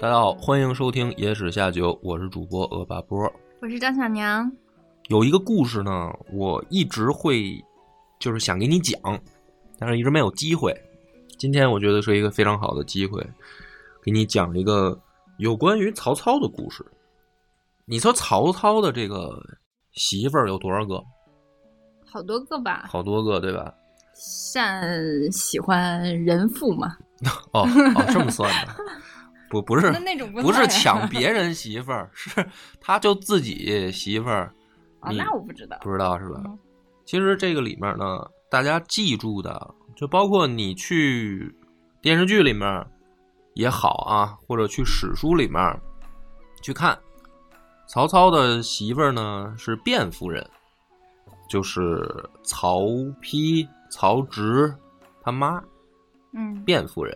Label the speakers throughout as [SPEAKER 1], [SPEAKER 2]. [SPEAKER 1] 大家好，欢迎收听《野史下酒》，我是主播恶霸波。
[SPEAKER 2] 我是张小娘。
[SPEAKER 1] 有一个故事呢，我一直会就是想给你讲，但是一直没有机会。今天我觉得是一个非常好的机会，给你讲一个有关于曹操的故事。你说曹操的这个媳妇儿有多少个？
[SPEAKER 2] 好多个吧，
[SPEAKER 1] 好多个，对 吧？
[SPEAKER 2] 善喜欢人父嘛？
[SPEAKER 1] 哦哦，这么算的，不不是
[SPEAKER 2] 那那种不
[SPEAKER 1] 不是
[SPEAKER 2] 算呀
[SPEAKER 1] 抢别人媳妇儿，是他就自己媳妇儿，
[SPEAKER 2] 啊，
[SPEAKER 1] 你
[SPEAKER 2] 那我不知道。
[SPEAKER 1] 嗯不知道是吧？
[SPEAKER 2] 嗯
[SPEAKER 1] 其实这个里面呢，大家记住的，就包括你去电视剧里面也好啊，或者去史书里面去看，曹操的媳妇儿呢是卞夫人，就是曹丕、曹植他妈。
[SPEAKER 2] 嗯，
[SPEAKER 1] 卞夫人。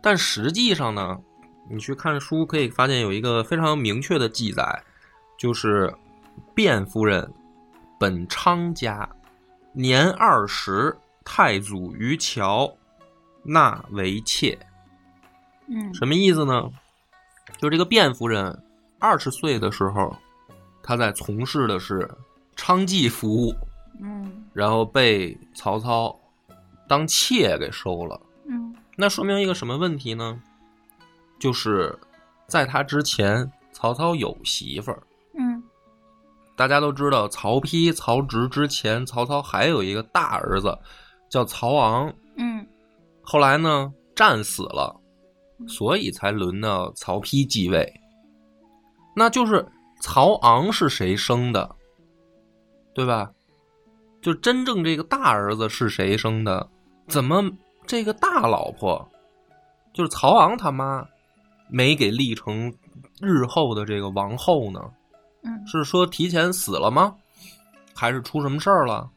[SPEAKER 1] 但实际上呢，你去看书可以发现有一个非常明确的记载，就是卞夫人本昌家，年二十，太祖于乔，纳为妾。
[SPEAKER 2] 嗯
[SPEAKER 1] 什么意思呢？就这个卞夫人二十岁的时候，她在从事的是娼妓服务，
[SPEAKER 2] 嗯
[SPEAKER 1] 然后被曹操当妾给收了。
[SPEAKER 2] 嗯
[SPEAKER 1] 那说明一个什么问题呢？就是在他之前，曹操有媳妇儿。
[SPEAKER 2] 嗯
[SPEAKER 1] 大家都知道，曹丕、曹植之前，曹操还有一个大儿子叫曹昂，
[SPEAKER 2] 嗯
[SPEAKER 1] 后来呢战死了，所以才轮到曹丕继位。那就是曹昂是谁生的，对吧？就真正这个大儿子是谁生的？怎么这个大老婆，就是曹昂他妈，没给立成日后的这个王后呢？
[SPEAKER 2] 嗯
[SPEAKER 1] 是说提前死了吗？还是出什么事儿了？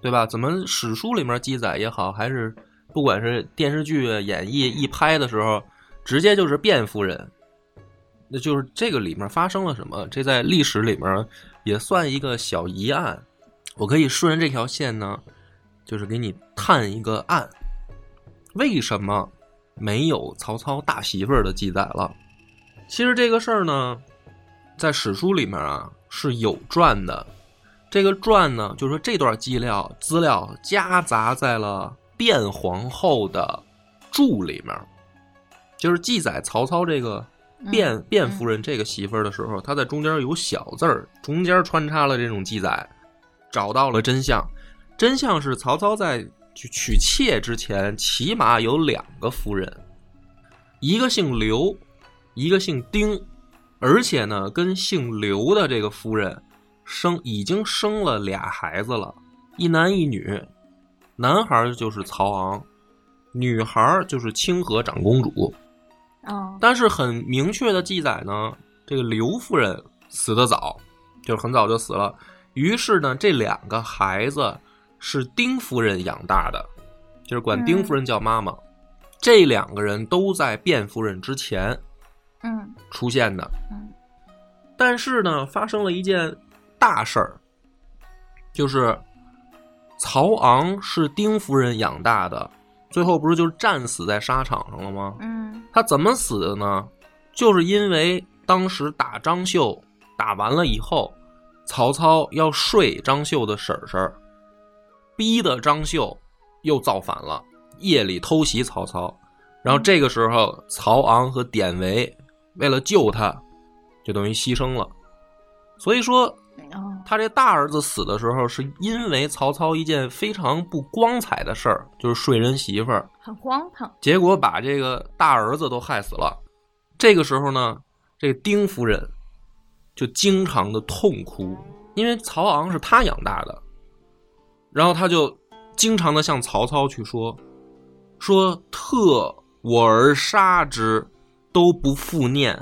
[SPEAKER 1] 对吧？怎么史书里面记载也好，还是不管是电视剧演绎一拍的时候，直接就是卞夫人，那就是这个里面发生了什么？这在历史里面也算一个小疑案。我可以顺着这条线呢，就是给你探一个案，为什么没有曹操大媳妇儿的记载了？其实这个事儿呢，在史书里面啊是有传的。这个传呢，就是说这段资料资料夹杂在了卞皇后的注里面，就是记载曹操这个卞
[SPEAKER 2] 嗯
[SPEAKER 1] 卞夫人这个媳妇儿的时候，她在中间有小字儿，中间穿插了这种记载，找到了真相。真相是曹操在娶娶妾之前，起码有两个夫人，一个姓刘，一个姓丁，而且呢，跟姓刘的这个夫人生已经生了俩孩子了，一男一女，男孩儿就是曹昂，女孩儿就是清河长公主。
[SPEAKER 2] 哦
[SPEAKER 1] 但是很明确的记载呢，这个刘夫人死得早，就是很早就死了。于是呢，这两个孩子是丁夫人养大的，就是管丁夫人叫妈妈。这两个人都在卞夫人之前
[SPEAKER 2] 嗯
[SPEAKER 1] 出现的。
[SPEAKER 2] 嗯
[SPEAKER 1] 但是呢，发生了一件大事儿，就是曹昂是丁夫人养大的，最后不是就战死在沙场上了吗？
[SPEAKER 2] 嗯
[SPEAKER 1] 他怎么死的呢？就是因为当时打张绣打完了以后，曹操要睡张绣的婶婶儿，逼得张绣又造反了，夜里偷袭曹操。然后这个时候，曹昂和典韦为了救他，就等于牺牲了。所以说，
[SPEAKER 2] 哦
[SPEAKER 1] 他这大儿子死的时候，是因为曹操一件非常不光彩的事儿，就是睡人媳妇儿。
[SPEAKER 2] 很荒唐。
[SPEAKER 1] 结果把这个大儿子都害死了。这个时候呢，这个丁夫人就经常的痛哭，因为曹昂是她养大的，然后她就经常的向曹操去说，说特我而杀之，都不复念。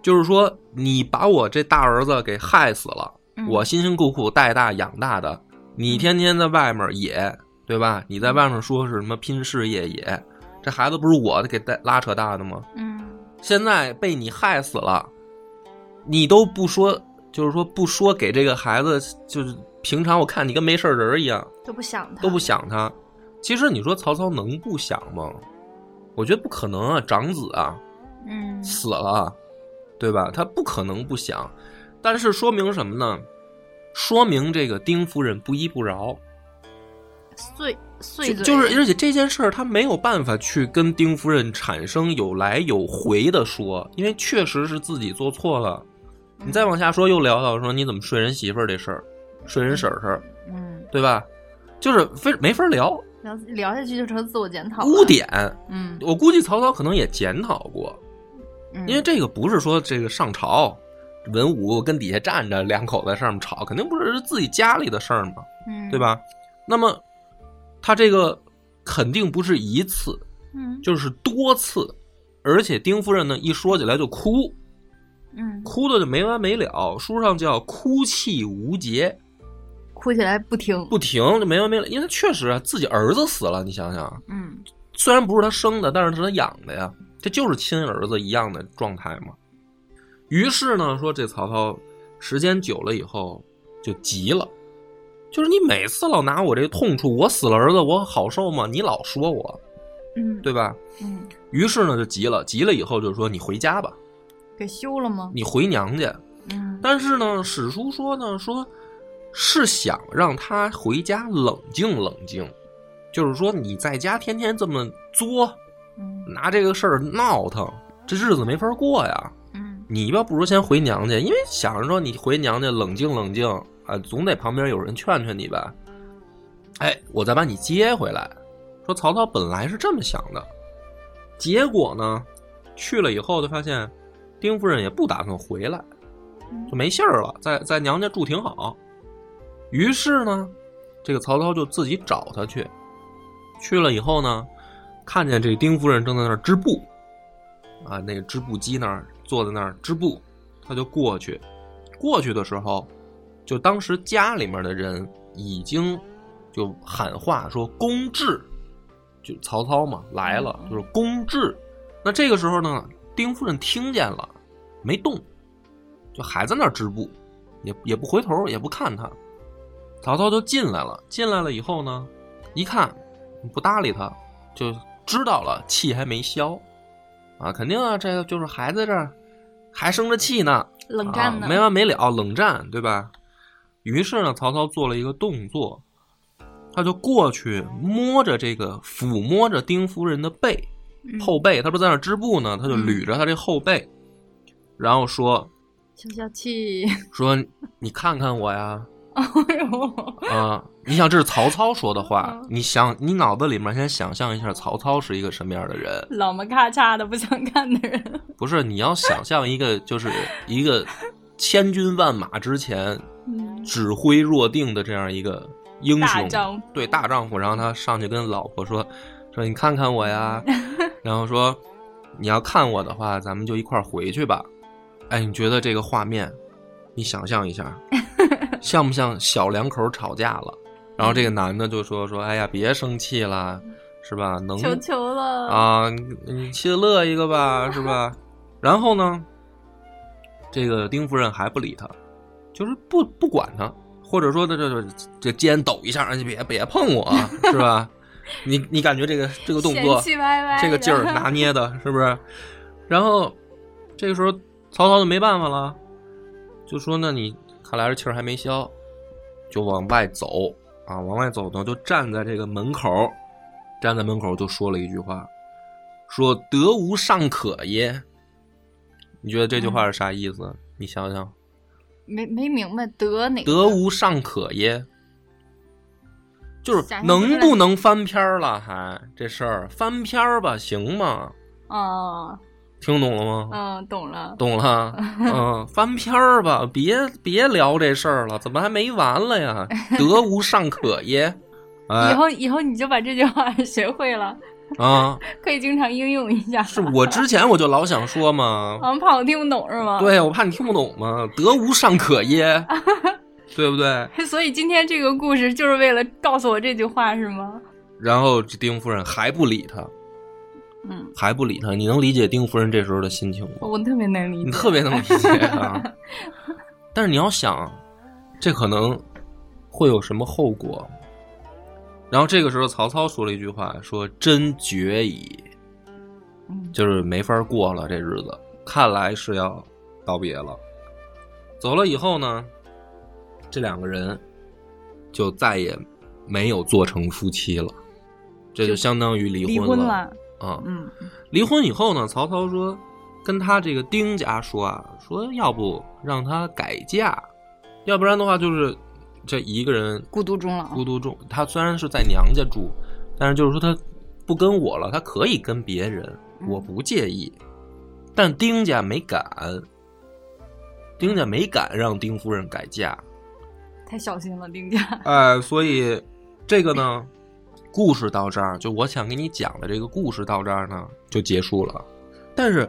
[SPEAKER 1] 就是说，你把我这大儿子给害死了，
[SPEAKER 2] 嗯
[SPEAKER 1] 我辛辛苦苦带大养大的，你天天在外面也对吧？你在外面说是什么拼事业也，这孩子不是我给带拉扯大的吗？
[SPEAKER 2] 嗯
[SPEAKER 1] 现在被你害死了，你都不说，就是说不说给这个孩子，就是平常我看你跟没事儿人一样，
[SPEAKER 2] 都不想他，
[SPEAKER 1] 都不想他。其实你说曹操能不想吗？我觉得不可能啊，长子啊，
[SPEAKER 2] 嗯
[SPEAKER 1] 死了，啊对吧？他不可能不想，但是说明什么呢？说明这个丁夫人不依不饶，
[SPEAKER 2] 碎碎
[SPEAKER 1] 就
[SPEAKER 2] 嘴
[SPEAKER 1] 就是而且这件事儿他没有办法去跟丁夫人产生有来有回的说，因为确实是自己做错了。你再往下说，又聊到说你怎么睡人媳妇儿这事儿，睡人婶儿事儿，
[SPEAKER 2] 嗯
[SPEAKER 1] 对吧？就是非没法聊
[SPEAKER 2] 聊聊下去就成自我检讨了
[SPEAKER 1] 污点，
[SPEAKER 2] 嗯
[SPEAKER 1] 我估计曹操可能也检讨过，
[SPEAKER 2] 嗯
[SPEAKER 1] 因为这个不是说这个上朝，文武跟底下站着两口子在上面吵，肯定不是是自己家里的事儿嘛，
[SPEAKER 2] 嗯
[SPEAKER 1] 对吧？那么他这个肯定不是一次，
[SPEAKER 2] 嗯
[SPEAKER 1] 就是多次，而且丁夫人呢一说起来就哭，
[SPEAKER 2] 嗯
[SPEAKER 1] 哭的就没完没了，书上叫哭泣无节，
[SPEAKER 2] 哭起来不停
[SPEAKER 1] 不停就没完没了，因为他确实啊自己儿子死了，你想想，
[SPEAKER 2] 嗯
[SPEAKER 1] 虽然不是他生的，但是是他养的呀，这就是亲儿子一样的状态嘛。于是呢，说这曹操时间久了以后就急了，就是你每次老拿我这痛处，我死了儿子我好受吗？你老说我，
[SPEAKER 2] 嗯
[SPEAKER 1] 对吧？
[SPEAKER 2] 嗯
[SPEAKER 1] 于是呢就急了，急了以后就说你回家吧，
[SPEAKER 2] 给休了吗？
[SPEAKER 1] 你回娘家。
[SPEAKER 2] 嗯
[SPEAKER 1] 但是呢，史书说呢，说是想让他回家冷静冷静，就是说你在家天天这么作，
[SPEAKER 2] 嗯
[SPEAKER 1] 拿这个事儿闹腾，这日子没法过呀。
[SPEAKER 2] 嗯
[SPEAKER 1] 你要不如先回娘家，因为想着说你回娘家冷静冷静啊，总得旁边有人劝劝你吧。哎，我再把你接回来。说曹操本来是这么想的，结果呢，去了以后就发现丁夫人也不打算回来，就没信儿了，在在娘家住挺好。于是呢，这个曹操就自己找他去，去了以后呢，看见这丁夫人正在那儿织布，啊，那个织布机那儿坐在那儿织布，他就过去。过去的时候，就当时家里面的人已经就喊话说：“公至！”就曹操嘛来了，
[SPEAKER 2] 嗯
[SPEAKER 1] 就是公至。那这个时候呢，丁夫人听见了，没动，就还在那儿织布，也也不回头，也不看他。曹操就进来了，进来了以后呢，一看不搭理他，就知道了气还没消，啊，肯定啊，这个就是还在这儿，还生着气呢，
[SPEAKER 2] 冷战呢
[SPEAKER 1] 啊、没完没了，冷战，对吧？于是呢，曹操做了一个动作，他就过去摸着这个抚摸着丁夫人的背
[SPEAKER 2] 嗯
[SPEAKER 1] 后背，他不是在那儿织布呢，他就捋着他这后背，然后说
[SPEAKER 2] 消消气
[SPEAKER 1] 说你看看我呀，
[SPEAKER 2] 哎呦
[SPEAKER 1] 啊、你想这是曹操说的话
[SPEAKER 2] 嗯，
[SPEAKER 1] 你想你脑子里面先想象一下曹操是一个什么样的人，
[SPEAKER 2] 老么咔嚓的不想看的人
[SPEAKER 1] 不是你要想象一个就是一个千军万马之前
[SPEAKER 2] 嗯
[SPEAKER 1] 指挥若定的这样一个英
[SPEAKER 2] 大
[SPEAKER 1] 雄，
[SPEAKER 2] 丈夫
[SPEAKER 1] 对大丈夫，然后他上去跟老婆说说你看看我 呀，然后说你要看我的话，咱们就一块儿回去吧。哎，你觉得这个画面，你想象一 下，像不像小两口吵架了？然后这个男的就说说哎呀，别生气了，是吧？能
[SPEAKER 2] 求求了
[SPEAKER 1] 啊，你你去乐一个 吧，是吧？然后呢，这个丁夫人还不理他，就是不不管他，或者说他这这这肩抖一下，你哎别别碰我，啊是吧？你你感觉这个这个动作
[SPEAKER 2] 嫌，弃歪歪的
[SPEAKER 1] 这个劲儿拿捏的，是不是？然后这个时候曹操就没办法了，就说：“那你看来这气儿还没消，就往外走啊，往外走呢，就站在这个门口，站在门口就说了一句话，说‘得无尚可也’。”你觉得这句话是啥意思？你想
[SPEAKER 2] 嗯
[SPEAKER 1] 想，“
[SPEAKER 2] 没没明白得哪个
[SPEAKER 1] 得无尚可也”。就是
[SPEAKER 2] 想象不出
[SPEAKER 1] 能
[SPEAKER 2] 来
[SPEAKER 1] 不能翻篇儿了还这事儿翻篇儿吧，行吗？
[SPEAKER 2] 哦
[SPEAKER 1] 听懂了吗？
[SPEAKER 2] 嗯懂了
[SPEAKER 1] 懂了，嗯，翻篇儿吧，别别聊这事儿了，怎么还没完了呀？得无尚可耶，
[SPEAKER 2] 以
[SPEAKER 1] 哎
[SPEAKER 2] 后以后你就把这句话 学会了，
[SPEAKER 1] 啊，
[SPEAKER 2] 可以经常应用一下。
[SPEAKER 1] 是我之前我就老想说嘛，
[SPEAKER 2] 我们怕我听不懂是吗？
[SPEAKER 1] 对啊我怕你听不懂嘛，得无尚可耶，对不对？
[SPEAKER 2] 对，所以今天这个故事就是为了告诉我这句话是吗？
[SPEAKER 1] 然后这丁夫人还不理他，
[SPEAKER 2] 嗯，
[SPEAKER 1] 还不理他，你能理解丁夫人这时候的心情吗？
[SPEAKER 2] 我特别能理
[SPEAKER 1] 你
[SPEAKER 2] 解。
[SPEAKER 1] 特别能理解 啊，但是你要想，这可能会有什么后果？然后这个时候，曹操说了一句话，说“真绝矣”，
[SPEAKER 2] 嗯
[SPEAKER 1] 就是没法过了这日子，看来是要道别了。走了以后呢，这两个人就再也没有做成夫妻了，这就相当于离
[SPEAKER 2] 离
[SPEAKER 1] 婚
[SPEAKER 2] 婚了，
[SPEAKER 1] 啊、
[SPEAKER 2] 嗯，
[SPEAKER 1] 离婚以后呢，曹操说跟他这个丁家说啊，说要不让他改嫁，要不然的话就是这一个人
[SPEAKER 2] 孤独终老，
[SPEAKER 1] 孤独终。他虽然是在娘家住，但是就是说他不跟我了，他可以跟别人，
[SPEAKER 2] 嗯
[SPEAKER 1] 我不介意。但丁家没敢，丁家没敢让丁夫人改嫁，
[SPEAKER 2] 太小心了，丁家，
[SPEAKER 1] 哎，所以这个呢，故事到这儿，就我想给你讲的这个故事到这儿呢就结束了。但是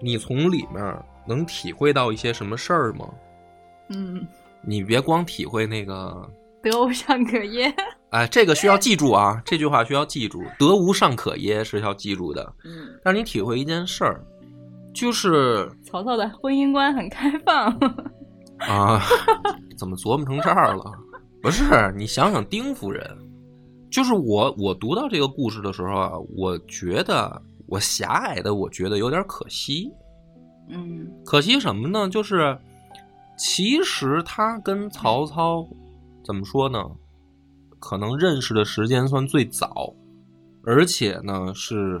[SPEAKER 1] 你从里面能体会到一些什么事儿吗？
[SPEAKER 2] 嗯，你
[SPEAKER 1] 你别光体会那个，
[SPEAKER 2] 得无上可耶，
[SPEAKER 1] 哎，这个需要记住啊，这句话需要记住，“得无尚可耶”是要记住的，
[SPEAKER 2] 嗯，
[SPEAKER 1] 让你体会一件事儿，就是
[SPEAKER 2] 曹操的婚姻观很开放，
[SPEAKER 1] 啊， 怎么琢磨成这儿了？不是，你想想丁夫人，就是我，我读到这个故事的时候啊，我觉得我狭隘的，我觉得有点可惜。
[SPEAKER 2] 嗯
[SPEAKER 1] 可惜什么呢？就是其实他跟曹操怎么说呢？可能认识的时间算最早，而且呢是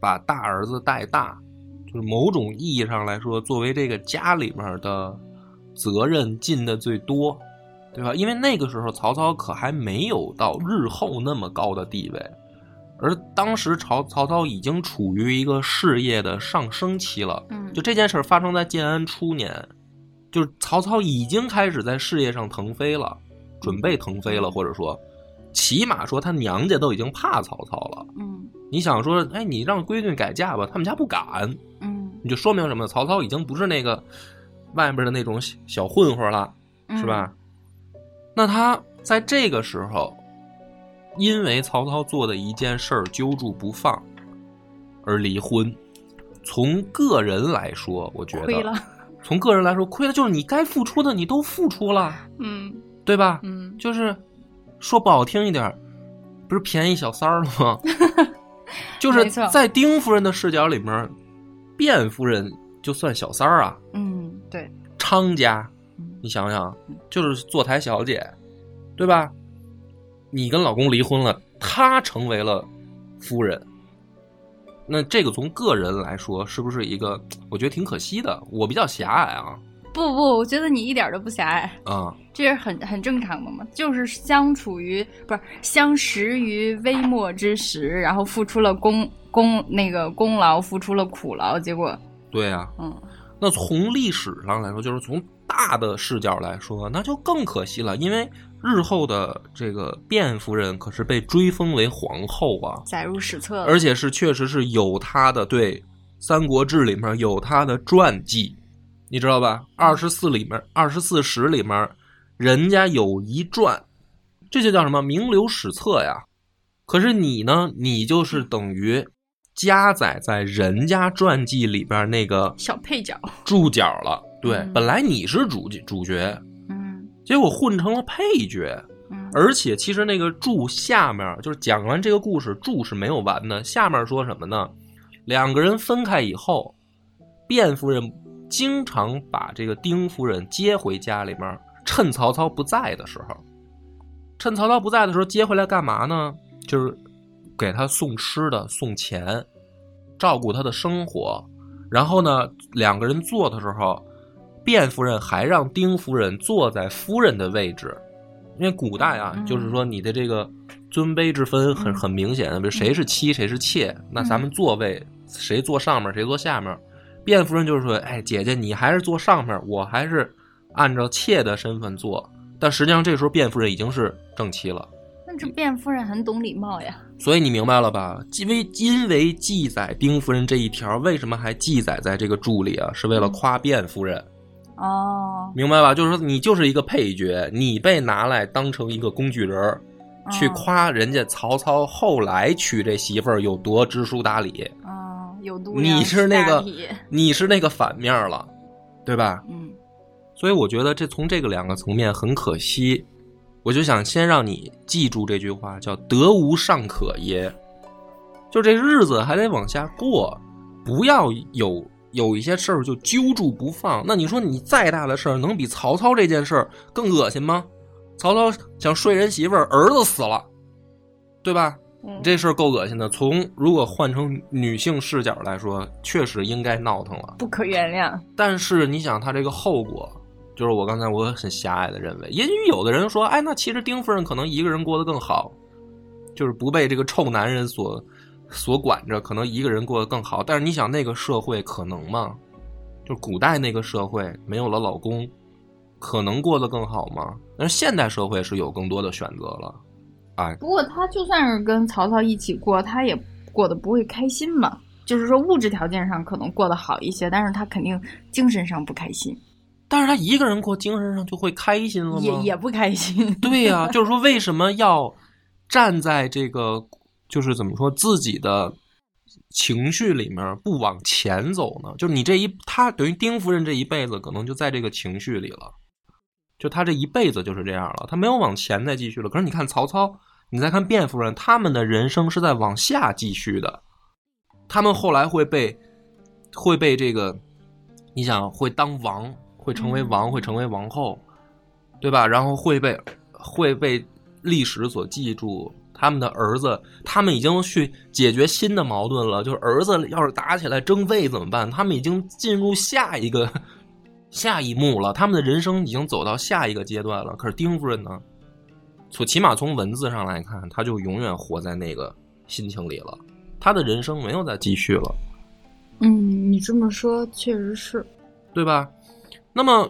[SPEAKER 1] 把大儿子带大，就是某种意义上来说，作为这个家里面的责任尽的最多，对吧？因为那个时候曹操可还没有到日后那么高的地位，而当时曹曹操已经处于一个事业的上升期了。
[SPEAKER 2] 嗯，
[SPEAKER 1] 就这件事儿发生在建安初年，就是曹操已经开始在事业上腾飞了，准备腾飞了，或者说，起码说他娘家都已经怕曹操了。
[SPEAKER 2] 嗯
[SPEAKER 1] 你想说，哎，你让闺女改嫁吧，他们家不敢，
[SPEAKER 2] 嗯，
[SPEAKER 1] 你就说明什么？曹操已经不是那个外面的那种小小混混了，
[SPEAKER 2] 嗯
[SPEAKER 1] 是？吧？那他在这个时候，因为曹操做的一件事儿揪住不放而离婚，从个人来说，我觉
[SPEAKER 2] 亏了
[SPEAKER 1] 得，从个人来说亏了，就是你该付出的你都付出了，
[SPEAKER 2] 嗯
[SPEAKER 1] 对吧？
[SPEAKER 2] 嗯，
[SPEAKER 1] 就是说不好听一点儿，不是便宜小三儿了 吗？就是
[SPEAKER 2] 没错
[SPEAKER 1] 在丁夫人的视角里面，卞夫人就算小三儿啊，
[SPEAKER 2] 嗯，对，
[SPEAKER 1] 昌家
[SPEAKER 2] 嗯
[SPEAKER 1] 你想想，就是坐台小姐，对吧？你跟老公离婚了，她成为了夫人，那这个从个人来说，是不是一个我觉得挺可惜的？我比较狭隘啊，
[SPEAKER 2] 不不，我觉得你一点儿都不狭隘，
[SPEAKER 1] 啊、
[SPEAKER 2] 这是很很正常的嘛，就是相处于不是相识于微末之时，然后付出了功功那个功劳，付出了苦劳，结果
[SPEAKER 1] 对啊。
[SPEAKER 2] 嗯
[SPEAKER 1] 那从历史上来说，就是从大的视角来说，那就更可惜了，因为日后的这个卞夫人可是被追封为皇后啊，
[SPEAKER 2] 载入史册了。
[SPEAKER 1] 而且是确实是有他的对《三国志》里面有他的传记，你知道
[SPEAKER 2] 嗯
[SPEAKER 1] 吧？二十四里面，二十四史里面，人家有一传，这就叫什么名留史册呀。可是你呢，你就是等于加载在人家传记里边那个
[SPEAKER 2] 小配角，
[SPEAKER 1] 注脚了。对
[SPEAKER 2] 嗯，
[SPEAKER 1] 本来你是主主角，
[SPEAKER 2] 嗯
[SPEAKER 1] 结果混成了配角。
[SPEAKER 2] 嗯
[SPEAKER 1] 而且其实那个注下面就是讲完这个故事，注是没有完的。下面说什么呢？两个人分开以后，卞夫人经常把这个丁夫人接回家里面，趁曹操不在的时候，趁曹操不在的时候接回来干嘛呢？就是给他送吃的、送钱，照顾他的生活。然后呢，两个人坐的时候，卞夫人还让丁夫人坐在夫人的位置，因为古代啊，
[SPEAKER 2] 嗯
[SPEAKER 1] 就是说你的这个尊卑之分很
[SPEAKER 2] 嗯
[SPEAKER 1] 很明显，比如谁是妻谁是妾，那咱们座位谁坐上面谁坐下面。卞夫人就是说，哎，姐姐你还是坐上面，我还是按照妾的身份坐。但实际上这时候卞夫人已经是正妻了。
[SPEAKER 2] 那这卞夫人很懂礼貌呀。
[SPEAKER 1] 所以你明白了吧？因为因为记载丁夫人这一条，为什么还记载在这个注里啊？是为了夸卞夫人，
[SPEAKER 2] 哦，
[SPEAKER 1] 明白吧？就是说你就是一个配角，你被拿来当成一个工具人儿，去
[SPEAKER 2] 嗯，
[SPEAKER 1] 夸人家曹操后来娶这媳妇儿有多知书达理，
[SPEAKER 2] 嗯，有度量
[SPEAKER 1] 你是那
[SPEAKER 2] 大
[SPEAKER 1] 个
[SPEAKER 2] 体
[SPEAKER 1] 你是那个反面了，对吧？
[SPEAKER 2] 嗯
[SPEAKER 1] 所以我觉得这从这个两个层面很可惜。我就想先让你记住这句话，叫“得无尚可耶”，就这日子还得往下过。不要有有一些事儿就揪住不放。那你说你再大的事儿，能比曹操这件事儿更恶心吗？曹操想睡人媳妇儿，儿子死了，对吧？
[SPEAKER 2] 嗯，
[SPEAKER 1] 这事儿够恶心的。从如果换成女性视角来说，确实应该闹腾了。
[SPEAKER 2] 不可原谅。
[SPEAKER 1] 但是你想，他这个后果，就是我刚才我很狭隘的认为，也许有的人说，哎，那其实丁夫人可能一个人过得更好，就是不被这个臭男人所所管着，可能一个人过得更好。但是你想，那个社会可能吗？就是古代那个社会没有了老公，可能过得更好吗？但是现代社会是有更多的选择了。
[SPEAKER 2] 不过他就算是跟曹操一起过，他也过得不会开心嘛。就是说物质条件上可能过得好一些，但是他肯定精神上不开心，
[SPEAKER 1] 但是他一个人过，精神上就会开心了吗？
[SPEAKER 2] 也也不开心。
[SPEAKER 1] 对呀、就是说为什么要站在这个，就是怎么说自己的情绪里面不往前走呢？就是你这一，他等于丁夫人这一辈子可能就在这个情绪里了，就他这一辈子就是这样了，他没有往前再继续了。可是你看曹操，你再看卞夫人，他们的人生是在往下继续的，他们后来会被会被这个，你想会当王，会成为王，会成为王后。对吧？然后会被会被历史所记住。他们的儿子，他们已经去解决新的矛盾了。就是儿子要是打起来争位怎么办？他们已经进入下一个 下一幕了，他们的人生已经走到下一个阶段了。可是丁夫人呢？从起码从文字上来看，她就永远活在那个心情里了。她的人生没有再继续了。
[SPEAKER 2] 嗯，你这么说确实是。
[SPEAKER 1] 对吧？那么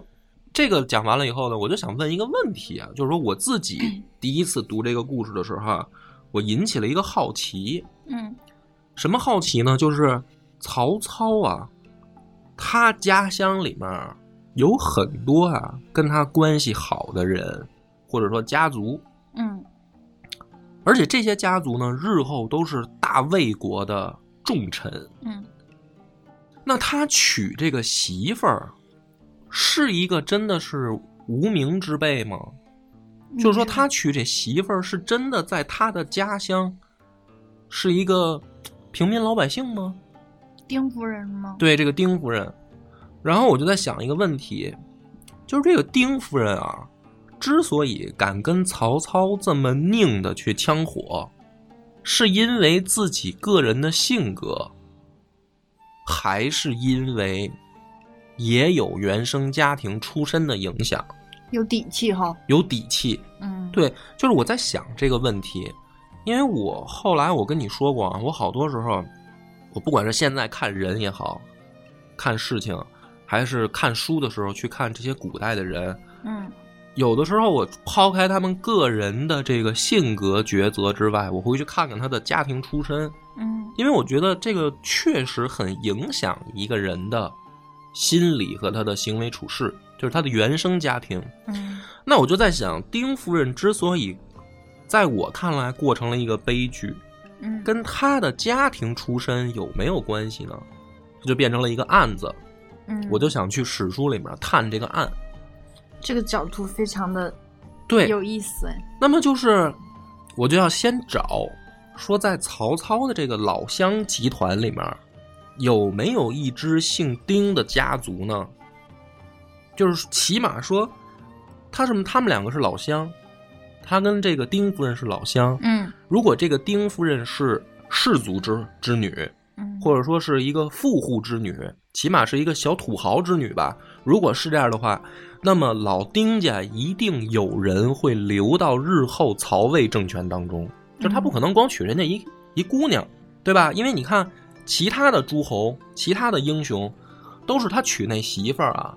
[SPEAKER 1] 这个讲完了以后呢，我就想问一个问题啊，就是说我自己第一次读这个故事的时候啊，我引起了一个好奇，
[SPEAKER 2] 嗯
[SPEAKER 1] 什么好奇呢？就是曹操啊，他家乡里面有很多啊跟他关系好的人，或者说家族，
[SPEAKER 2] 嗯
[SPEAKER 1] 而且这些家族呢，日后都是大魏国的重臣。
[SPEAKER 2] 嗯
[SPEAKER 1] 那他娶这个媳妇儿，是一个真的是无名之辈吗？就是说，他娶这媳妇儿是真的在他的家乡，是一个平民老百姓吗？
[SPEAKER 2] 丁夫人吗？
[SPEAKER 1] 对这个丁夫人。然后我就在想一个问题，就是这个丁夫人啊，之所以敢跟曹操这么拧的去枪火，是因为自己个人的性格，还是因为也有原生家庭出身的影响，
[SPEAKER 2] 有底气哈。
[SPEAKER 1] 有底气？
[SPEAKER 2] 嗯，
[SPEAKER 1] 对，就是我在想这个问题，因为我后来我跟你说过啊，我好多时候，我不管是现在看人也好，看事情，还是看书的时候去看这些古代的人，
[SPEAKER 2] 嗯
[SPEAKER 1] 有的时候我抛开他们个人的这个性格抉择之外，我会去看看他的家庭出身，
[SPEAKER 2] 嗯
[SPEAKER 1] 因为我觉得这个确实很影响一个人的心理和他的行为处事，就是他的原生家庭。
[SPEAKER 2] 嗯
[SPEAKER 1] 那我就在想，丁夫人之所以在我看来过成了一个悲剧，
[SPEAKER 2] 嗯，
[SPEAKER 1] 跟她的家庭出身有没有关系呢？这就变成了一个案子。
[SPEAKER 2] 嗯
[SPEAKER 1] 我就想去史书里面探这个案。
[SPEAKER 2] 这个角度非常的
[SPEAKER 1] 对，
[SPEAKER 2] 有意思哎。
[SPEAKER 1] 那么就是我就要先找说，在曹操的这个老乡集团里面，有没有一支姓丁的家族呢？就是起码说，他是他们两个是老乡，他跟这个丁夫人是老乡。
[SPEAKER 2] 嗯
[SPEAKER 1] 如果这个丁夫人是氏族之之女，
[SPEAKER 2] 嗯，
[SPEAKER 1] 或者说是一个富户之女，起码是一个小土豪之女吧。如果是这样的话，那么老丁家一定有人会流到日后曹魏政权当中，就是他不可能光娶人家一一姑娘，对吧？因为你看其他的诸侯、其他的英雄，都是他娶那媳妇儿啊，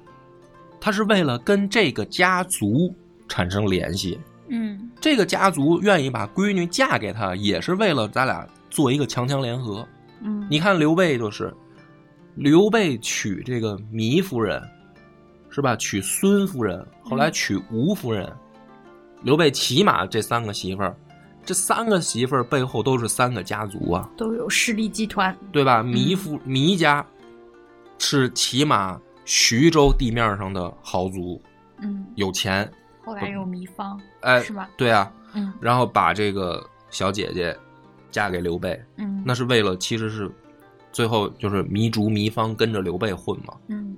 [SPEAKER 1] 他是为了跟这个家族产生联系。
[SPEAKER 2] 嗯
[SPEAKER 1] 这个家族愿意把闺女嫁给他，也是为了咱俩做一个强强联合。
[SPEAKER 2] 嗯，
[SPEAKER 1] 你看刘备就是，刘备娶这个糜夫人，是吧？娶孙夫人，后来娶吴夫人。刘备起码这三个媳妇儿，这三个媳妇儿背后都是三个家族啊，
[SPEAKER 2] 都有势力集团。
[SPEAKER 1] 对吧？糜夫糜家是起码徐州地面上的豪族，
[SPEAKER 2] 嗯，
[SPEAKER 1] 有钱，
[SPEAKER 2] 后来有糜芳，
[SPEAKER 1] 哎
[SPEAKER 2] 是，吧？
[SPEAKER 1] 对啊，
[SPEAKER 2] 嗯
[SPEAKER 1] 然后把这个小姐姐嫁给刘备，
[SPEAKER 2] 嗯，
[SPEAKER 1] 那是为了其实是最后就是糜竺糜芳跟着刘备混嘛。
[SPEAKER 2] 嗯，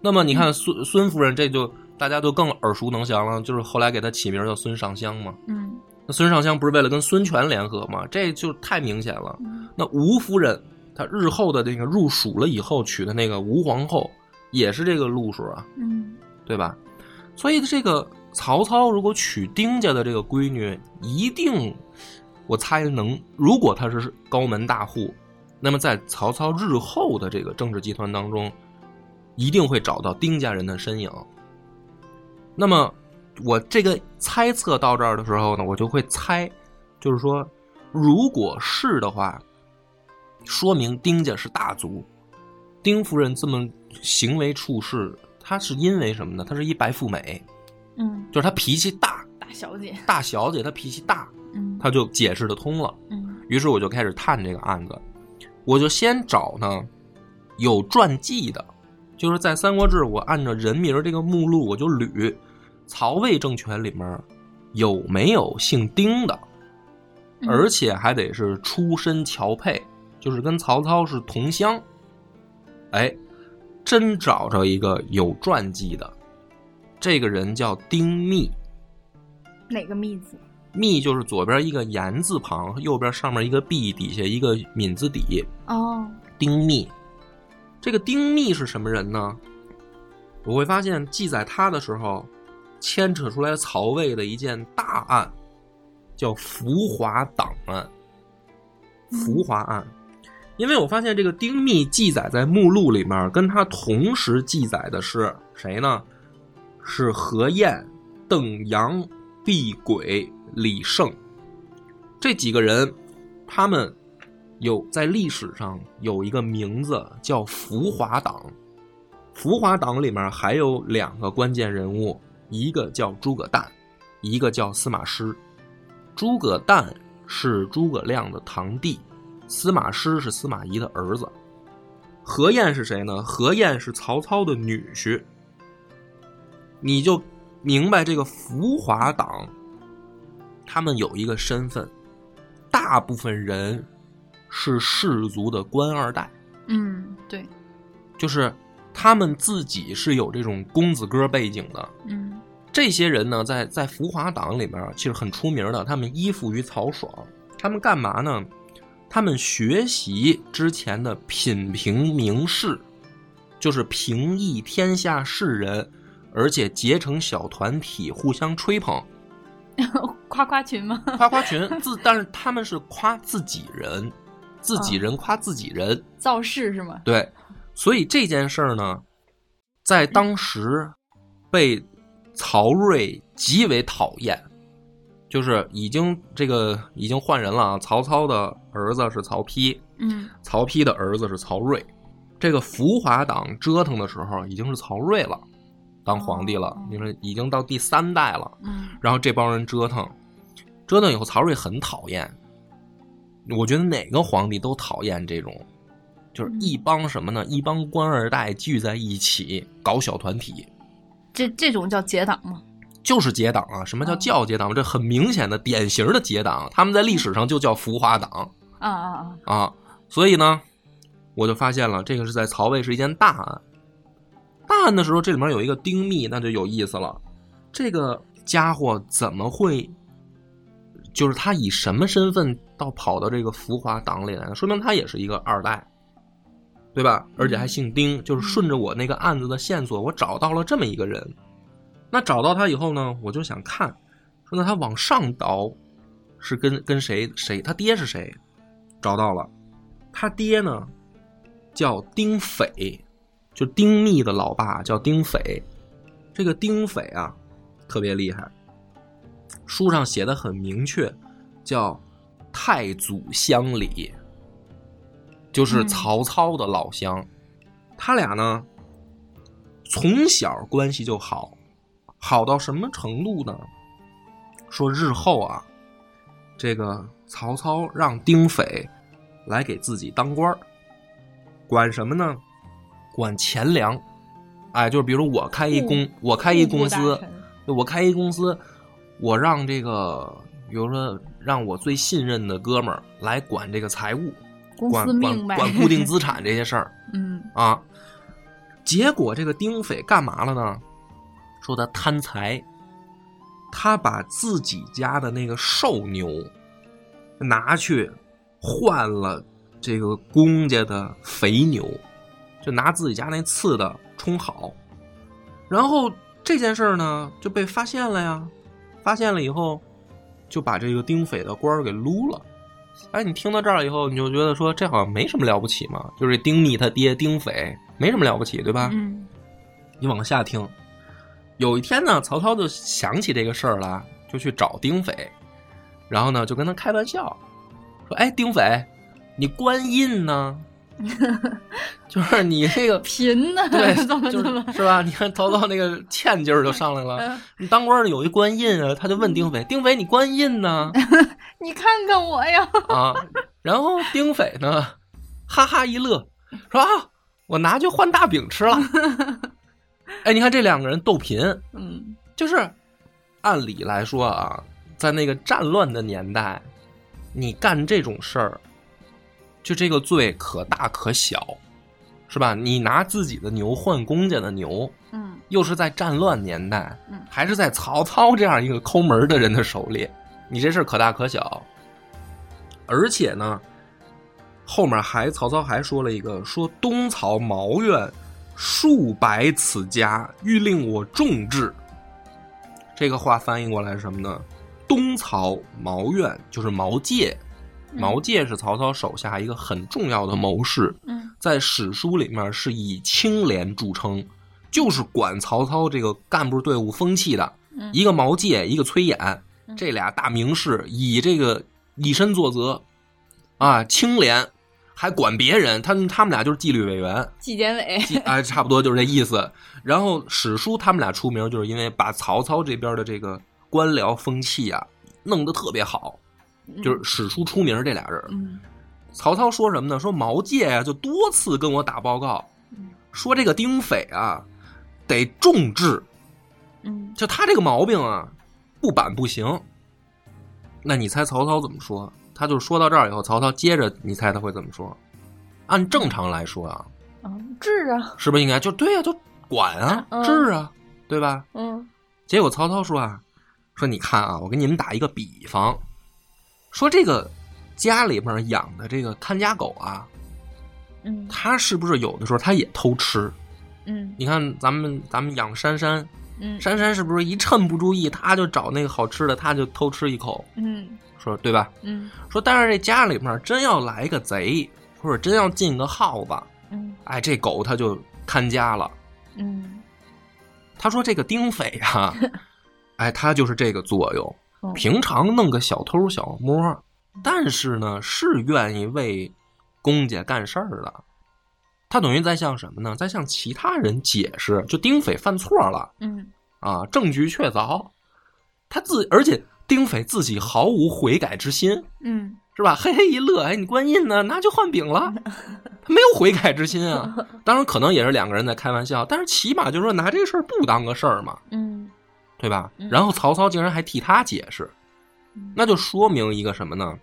[SPEAKER 1] 那么你看孙孙夫人，这就大家都更耳熟能详了，就是后来给她起名叫孙尚香嘛。
[SPEAKER 2] 嗯
[SPEAKER 1] 那孙尚香不是为了跟孙权联合吗？这就太明显了。
[SPEAKER 2] 嗯
[SPEAKER 1] 那吴夫人，她日后的那个入蜀了以后娶的那个吴皇后，也是这个路数啊，
[SPEAKER 2] 嗯
[SPEAKER 1] 对吧？所以这个曹操如果娶丁家的这个闺女，一定，我猜能，如果她是高门大户，那么在曹操日后的这个政治集团当中，一定会找到丁家人的身影。那么我这个猜测到这儿的时候呢，我就会猜，就是说，如果是的话，说明丁家是大族。丁夫人这么行为处事，她是因为什么呢？她是一白富美，
[SPEAKER 2] 嗯，
[SPEAKER 1] 就是她脾气大，
[SPEAKER 2] 大小姐，
[SPEAKER 1] 大小姐她脾气大，
[SPEAKER 2] 嗯
[SPEAKER 1] 她就解释得通了。
[SPEAKER 2] 嗯
[SPEAKER 1] 于是我就开始探这个案子，我就先找呢有传记的，就是在《三国志》，我按照人名这个目录，我就捋曹魏政权里面有没有姓丁的，
[SPEAKER 2] 嗯
[SPEAKER 1] 而且还得是出身乔配，就是跟曹操是同乡。哎，真找着一个有传记的，这个人叫丁密。
[SPEAKER 2] 哪个密字？
[SPEAKER 1] 密就是左边一个言字旁，右边上面一个必，底下一个敏字底。
[SPEAKER 2] 哦，
[SPEAKER 1] 丁密，这个丁密是什么人呢？我会发现记载他的时候，牵扯出来曹魏的一件大案，叫浮华党案。浮华案，因为我发现这个丁密记载在目录里面，跟他同时记载的是谁呢？是何晏、邓阳、毕轨、李胜这几个人，他们有在历史上有一个名字叫浮华党。浮华党里面还有两个关键人物，一个叫诸葛诞，一个叫司马师。诸葛诞是诸葛亮的堂弟，司马师是司马懿的儿子。何晏是谁呢？何晏是曹操的女婿。你就明白这个浮华党，他们有一个身份，大部分人是氏族的官二代，
[SPEAKER 2] 嗯，对，
[SPEAKER 1] 就是他们自己是有这种公子哥背景的。
[SPEAKER 2] 嗯
[SPEAKER 1] 这些人呢，在在浮华党里面啊其实很出名的，他们依附于曹爽，他们干嘛呢？他们学习之前的品评名士，就是平抑天下士人，而且结成小团体，互相吹捧，
[SPEAKER 2] 夸夸群吗？
[SPEAKER 1] 夸夸群。自但是他们是夸自己人，自己人夸自己人，
[SPEAKER 2] 造势是吗？
[SPEAKER 1] 对，所以这件事儿呢，在当时被曹睿极为讨厌，就是已经这个已经换人了啊。曹操的儿子是曹丕，
[SPEAKER 2] 嗯
[SPEAKER 1] 曹丕的儿子是曹睿。这个浮华党折腾的时候，已经是曹睿了，当皇帝了
[SPEAKER 2] 哦，
[SPEAKER 1] 你说已经到第三代了。
[SPEAKER 2] 嗯
[SPEAKER 1] 然后这帮人折腾，折腾以后，曹睿很讨厌。我觉得哪个皇帝都讨厌这种，就是一帮什么呢？一帮官二代聚在一起搞小团体，
[SPEAKER 2] 这这种叫结党吗？
[SPEAKER 1] 就是结党啊！什么叫叫结党？这很明显的典型的结党，他们在历史上就叫浮华党
[SPEAKER 2] 啊啊啊！
[SPEAKER 1] 啊。所以呢，我就发现了，这个是在曹魏是一件大案。大案的时候，这里面有一个丁密，那就有意思了。这个家伙怎么会？就是他以什么身份到跑到这个浮华党里来呢？说明他也是一个二代，对吧？而且还姓丁。就是顺着我那个案子的线索，我找到了这么一个人。那找到他以后呢，我就想看，说那他往上倒是跟跟谁谁他爹是谁？找到了，他爹呢叫丁斐，就丁密的老爸叫丁斐。这个丁斐啊，特别厉害，书上写的很明确，叫太祖乡里，就是
[SPEAKER 2] 嗯
[SPEAKER 1] 曹操的老乡。他俩呢，从小关系就好，好到什么程度呢？说日后啊，这个曹操让丁斐来给自己当官儿，管什么呢？管钱粮。哎，就是比如我开一公，我开一公司，我开一公司，我让这个，比如说让我最信任的哥们儿来管这个财务，
[SPEAKER 2] 公
[SPEAKER 1] 管
[SPEAKER 2] 司
[SPEAKER 1] 管
[SPEAKER 2] 命脉，
[SPEAKER 1] 管固定资产这些事儿
[SPEAKER 2] 嗯
[SPEAKER 1] 啊。结果这个丁斐干嘛了呢？说他贪财，他把自己家的那个瘦牛拿去换了这个公家的肥牛，就拿自己家那次的充好。然后这件事儿呢就被发现了呀，发现了以后就把这个丁斐的官儿给撸了。哎，你听到这儿以后，你就觉得说这好像没什么了不起嘛，就是丁密他爹丁斐没什么了不起，对吧？
[SPEAKER 2] 嗯
[SPEAKER 1] 你往下听，有一天呢，曹操就想起这个事儿了，就去找丁斐，然后呢就跟他开玩笑，说：“哎，丁斐，你官印呢？ 就是你这 个
[SPEAKER 2] 贫呢，，
[SPEAKER 1] 对
[SPEAKER 2] 怎么
[SPEAKER 1] 就
[SPEAKER 2] 怎
[SPEAKER 1] 是
[SPEAKER 2] 么，
[SPEAKER 1] 是吧？你看曹操那个欠劲儿就上来了。
[SPEAKER 2] 嗯
[SPEAKER 1] 你当官的有一官印啊，他就问丁斐：“丁斐，你官印呢？”
[SPEAKER 2] 你看看我 呀，
[SPEAKER 1] 啊，然后丁斐呢，哈哈一乐，说啊，我拿去换大饼 吃了。哎，你看这两个人斗贫，
[SPEAKER 2] 嗯
[SPEAKER 1] 就是按理来说啊，在那个战乱的年代，你干这种事儿，就这个罪可大可小，是吧？你拿自己的牛换公家的牛，
[SPEAKER 2] 嗯
[SPEAKER 1] 又是在战乱年代
[SPEAKER 2] 嗯，
[SPEAKER 1] 还是在曹操这样一个抠门儿的人的手里，你这事儿可大可小。而且呢，后面还曹操还说了一个，说东曹毛愿数百此家，欲令我重治。这个话翻译过来是什么呢？东曹毛愿就是毛玠，
[SPEAKER 2] 嗯
[SPEAKER 1] 毛玠是曹操手下一个很重要的谋士。
[SPEAKER 2] 嗯
[SPEAKER 1] 在史书里面是以清廉著称，就是管曹操这个干部队伍风气的。
[SPEAKER 2] 嗯
[SPEAKER 1] 一个毛玠，一个崔琰，
[SPEAKER 2] 嗯
[SPEAKER 1] 这俩大名士以这个以身作则，啊，清廉，还管别人，他们他们俩就是纪律委员，
[SPEAKER 2] 纪检委，
[SPEAKER 1] 纪啊，差不多就是这意思。然后史书他们俩出名，就是因为把曹操这边的这个官僚风气啊弄得特别好，就是史书出名这俩人。
[SPEAKER 2] 嗯
[SPEAKER 1] 曹操说什么呢？说毛玠呀、就多次跟我打报告
[SPEAKER 2] 嗯，
[SPEAKER 1] 说这个丁斐啊，得重治，
[SPEAKER 2] 嗯
[SPEAKER 1] 就他这个毛病啊，不板不行。那你猜曹操怎么说？他就说到这儿以后，曹操接着，你猜他会怎么说？按正常来说啊，
[SPEAKER 2] 嗯，治啊，
[SPEAKER 1] 是不是应该就对呀、就管啊，
[SPEAKER 2] 嗯
[SPEAKER 1] 治啊，对吧？
[SPEAKER 2] 嗯
[SPEAKER 1] 结果曹操说啊，说你看啊，我给你们打一个比方，说这个家里面养的这个看家狗啊，
[SPEAKER 2] 嗯
[SPEAKER 1] 它是不是有的时候它也偷吃？
[SPEAKER 2] 嗯
[SPEAKER 1] 你看咱们咱们养珊珊，
[SPEAKER 2] 嗯
[SPEAKER 1] 珊珊是不是一趁不注意，它就找那个好吃的，它就偷吃一口，
[SPEAKER 2] 嗯
[SPEAKER 1] 说对吧？
[SPEAKER 2] 嗯
[SPEAKER 1] 说但是这家里面真要来个贼，或者真要进个耗子，
[SPEAKER 2] 嗯
[SPEAKER 1] 哎，这狗它就看家了。
[SPEAKER 2] 嗯
[SPEAKER 1] 他说这个丁斐啊，哎，他就是这个作用。
[SPEAKER 2] 嗯
[SPEAKER 1] 平常弄个小偷小摸，但是呢，是愿意为公家干事儿的。他等于在向什么呢？在向其他人解释，就丁斐犯错了
[SPEAKER 2] 嗯
[SPEAKER 1] 啊，证据确凿。他自而且丁斐自己毫无悔改之心，
[SPEAKER 2] 嗯
[SPEAKER 1] 是吧？嘿嘿一乐，哎，你官印呢？拿去换饼了，他没有悔改之心啊。当然，可能也是两个人在开玩笑，但是起码就是说拿这事儿不当个事儿嘛，
[SPEAKER 2] 嗯
[SPEAKER 1] 对吧？
[SPEAKER 2] 嗯
[SPEAKER 1] 然后曹操竟然还替他解释，
[SPEAKER 2] 嗯
[SPEAKER 1] 那就说明一个什么呢？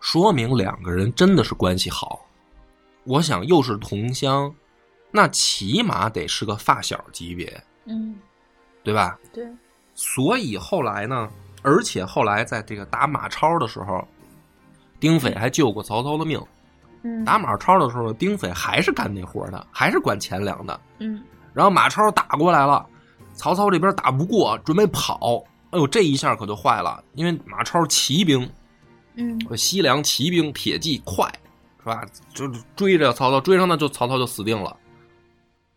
[SPEAKER 1] 说明两个人真的是关系好。我想又是同乡，那起码得是个发小级别，
[SPEAKER 2] 嗯，
[SPEAKER 1] 对吧？
[SPEAKER 2] 对，
[SPEAKER 1] 所以后来呢，而且后来在这个打马超的时候，丁斐还救过曹操的命。
[SPEAKER 2] 嗯
[SPEAKER 1] 打马超的时候，丁斐还是干那活的，还是管钱粮的。
[SPEAKER 2] 嗯
[SPEAKER 1] 然后马超打过来了，曹操这边打不过，准备跑。哎呦，这一下可就坏了，因为马超骑兵，
[SPEAKER 2] 嗯
[SPEAKER 1] 西凉骑兵铁骑快，是吧？就追着曹操，追上他就曹操就死定了。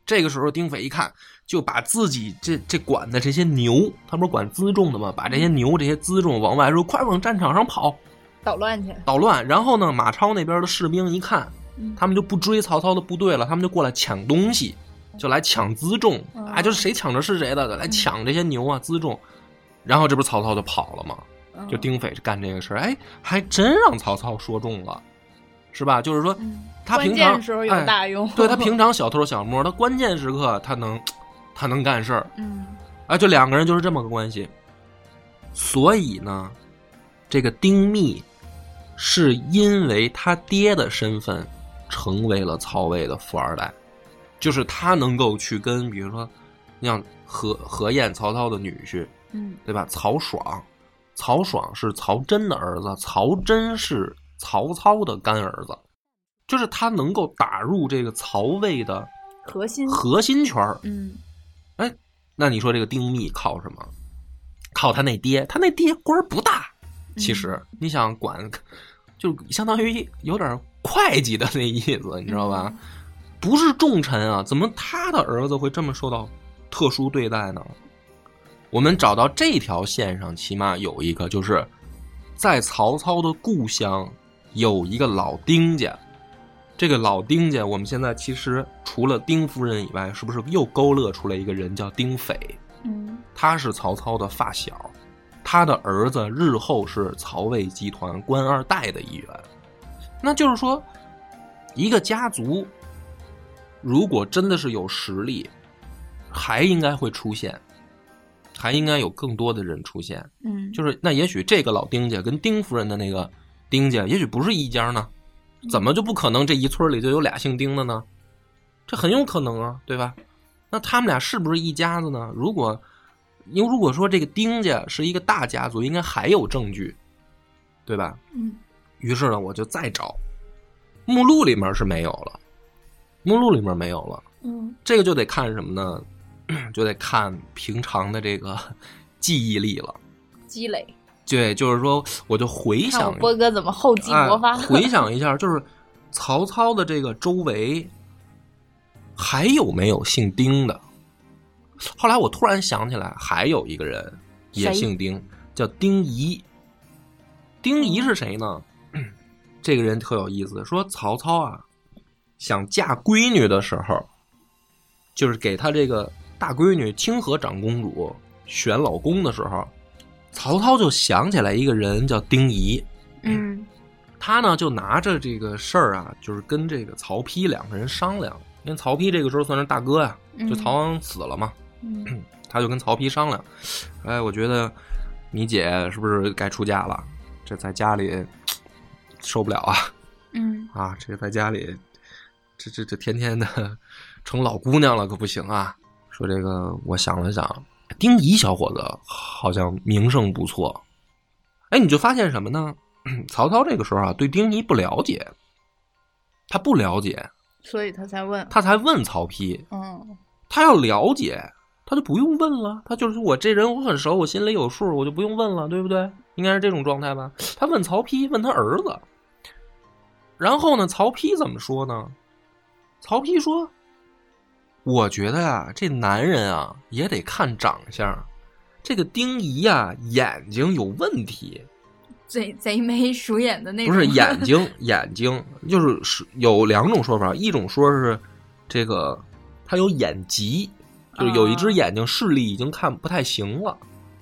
[SPEAKER 1] 这个时候，丁斐一看，就把自己这这管的这些牛，他不是管辎重的吗？把这些牛、这些辎重往外说，快往战场上跑，
[SPEAKER 2] 捣乱去，
[SPEAKER 1] 捣乱。然后呢，马超那边的士兵一看，
[SPEAKER 2] 嗯
[SPEAKER 1] 他们就不追曹操的部队了，他们就过来抢东西，就来抢辎重
[SPEAKER 2] 哦嗯
[SPEAKER 1] 啊，就是谁抢着是谁的，来抢这些牛啊辎重。然后这不是曹操就跑了吗？
[SPEAKER 2] 嗯
[SPEAKER 1] 就丁斐干这个事儿，哎，还真让曹操说中了，是吧？就是说
[SPEAKER 2] 嗯，
[SPEAKER 1] 他
[SPEAKER 2] 关
[SPEAKER 1] 平
[SPEAKER 2] 键
[SPEAKER 1] 常
[SPEAKER 2] 时候有
[SPEAKER 1] 哎
[SPEAKER 2] 大用，
[SPEAKER 1] 对他平常小偷小摸，他关键时刻他能他能干事儿，
[SPEAKER 2] 嗯
[SPEAKER 1] 啊，就两个人就是这么个关系。所以呢，这个丁密是因为他爹的身份成为了曹魏的富二代，就是他能够去跟，比如说像何何晏，曹操的女婿，
[SPEAKER 2] 嗯
[SPEAKER 1] 对吧？曹爽，曹爽是曹真的儿子，曹真是曹操的干儿子，就是他能够打入这个曹魏的
[SPEAKER 2] 核心
[SPEAKER 1] 核心圈儿。
[SPEAKER 2] 嗯
[SPEAKER 1] 那你说这个丁密靠什么？靠他那爹，他那爹官儿不大，其实、你想管，就相当于有点会计的那意思，你知道吧？不是重臣啊，怎么他的儿子会这么受到特殊对待呢？我们找到这条线上，起码有一个，就是在曹操的故乡有一个老丁家。这个老丁家，我们现在其实除了丁夫人以外，是不是又勾勒出来一个人叫丁斐？
[SPEAKER 2] 嗯
[SPEAKER 1] 他是曹操的发小，他的儿子日后是曹魏集团官二代的一员。那就是说，一个家族如果真的是有实力，还应该会出现，还应该有更多的人出现。
[SPEAKER 2] 嗯，
[SPEAKER 1] 就是那也许这个老丁家跟丁夫人的那个丁家，也许不是一家呢？怎么就不可能这一村里就有俩姓丁的呢？这很有可能啊，对吧？那他们俩是不是一家子呢？如果因为如果说这个丁家是一个大家族，应该还有证据，对吧？
[SPEAKER 2] 嗯
[SPEAKER 1] 于是呢，我就再找目录里面是没有了，目录里面没有了。
[SPEAKER 2] 嗯
[SPEAKER 1] 这个就得看什么呢？ 就得看平常的这个记忆力了。
[SPEAKER 2] 积累，
[SPEAKER 1] 对，就是说，我就回
[SPEAKER 2] 看
[SPEAKER 1] 想
[SPEAKER 2] 我波哥怎么厚积
[SPEAKER 1] 哎
[SPEAKER 2] 薄发，
[SPEAKER 1] 回想一下，就是曹操的这个周围还有没有姓丁的？后来我突然想起来，还有一个人也
[SPEAKER 2] 谁
[SPEAKER 1] 姓丁，叫丁仪。丁仪是谁呢？ 这个人特有意思，说曹操啊，想嫁闺女的时候，就是给他这个大闺女清河长公主选老公的时候，曹操就想起来一个人叫丁仪。
[SPEAKER 2] 嗯
[SPEAKER 1] 他呢就拿着这个事儿啊，就是跟这个曹丕两个人商量，因为曹丕这个时候算是大哥呀、
[SPEAKER 2] 嗯
[SPEAKER 1] 就曹昂死了嘛，
[SPEAKER 2] 嗯
[SPEAKER 1] 他就跟曹丕商量，哎，我觉得你姐是不是该出嫁了？这在家里受不了啊
[SPEAKER 2] 嗯
[SPEAKER 1] 啊！这在家里，这这这天天的成老姑娘了可不行啊！说这个，我想了想，丁仪小伙子好像名声不错，哎，你就发现什么呢？ 曹操这个时候啊，对丁仪不了解，他不了解，
[SPEAKER 2] 所以他才问，
[SPEAKER 1] 他才问曹丕。
[SPEAKER 2] 嗯
[SPEAKER 1] 他要了解，他就不用问了。他就是我这人我很熟，我心里有数，我就不用问了，对不对？应该是这种状态吧？他问曹丕，问他儿子。然后呢，曹丕怎么说呢？曹丕说：“我觉得呀、这男人啊也得看长相。这个丁仪呀、眼睛有问题，
[SPEAKER 2] 贼贼眉鼠眼的那
[SPEAKER 1] 不
[SPEAKER 2] 种，
[SPEAKER 1] 是眼睛，眼睛就是是有两种说法，一种说是这个他有眼疾，就是有
[SPEAKER 2] 啊
[SPEAKER 1] 一只眼睛视力已经看不太行了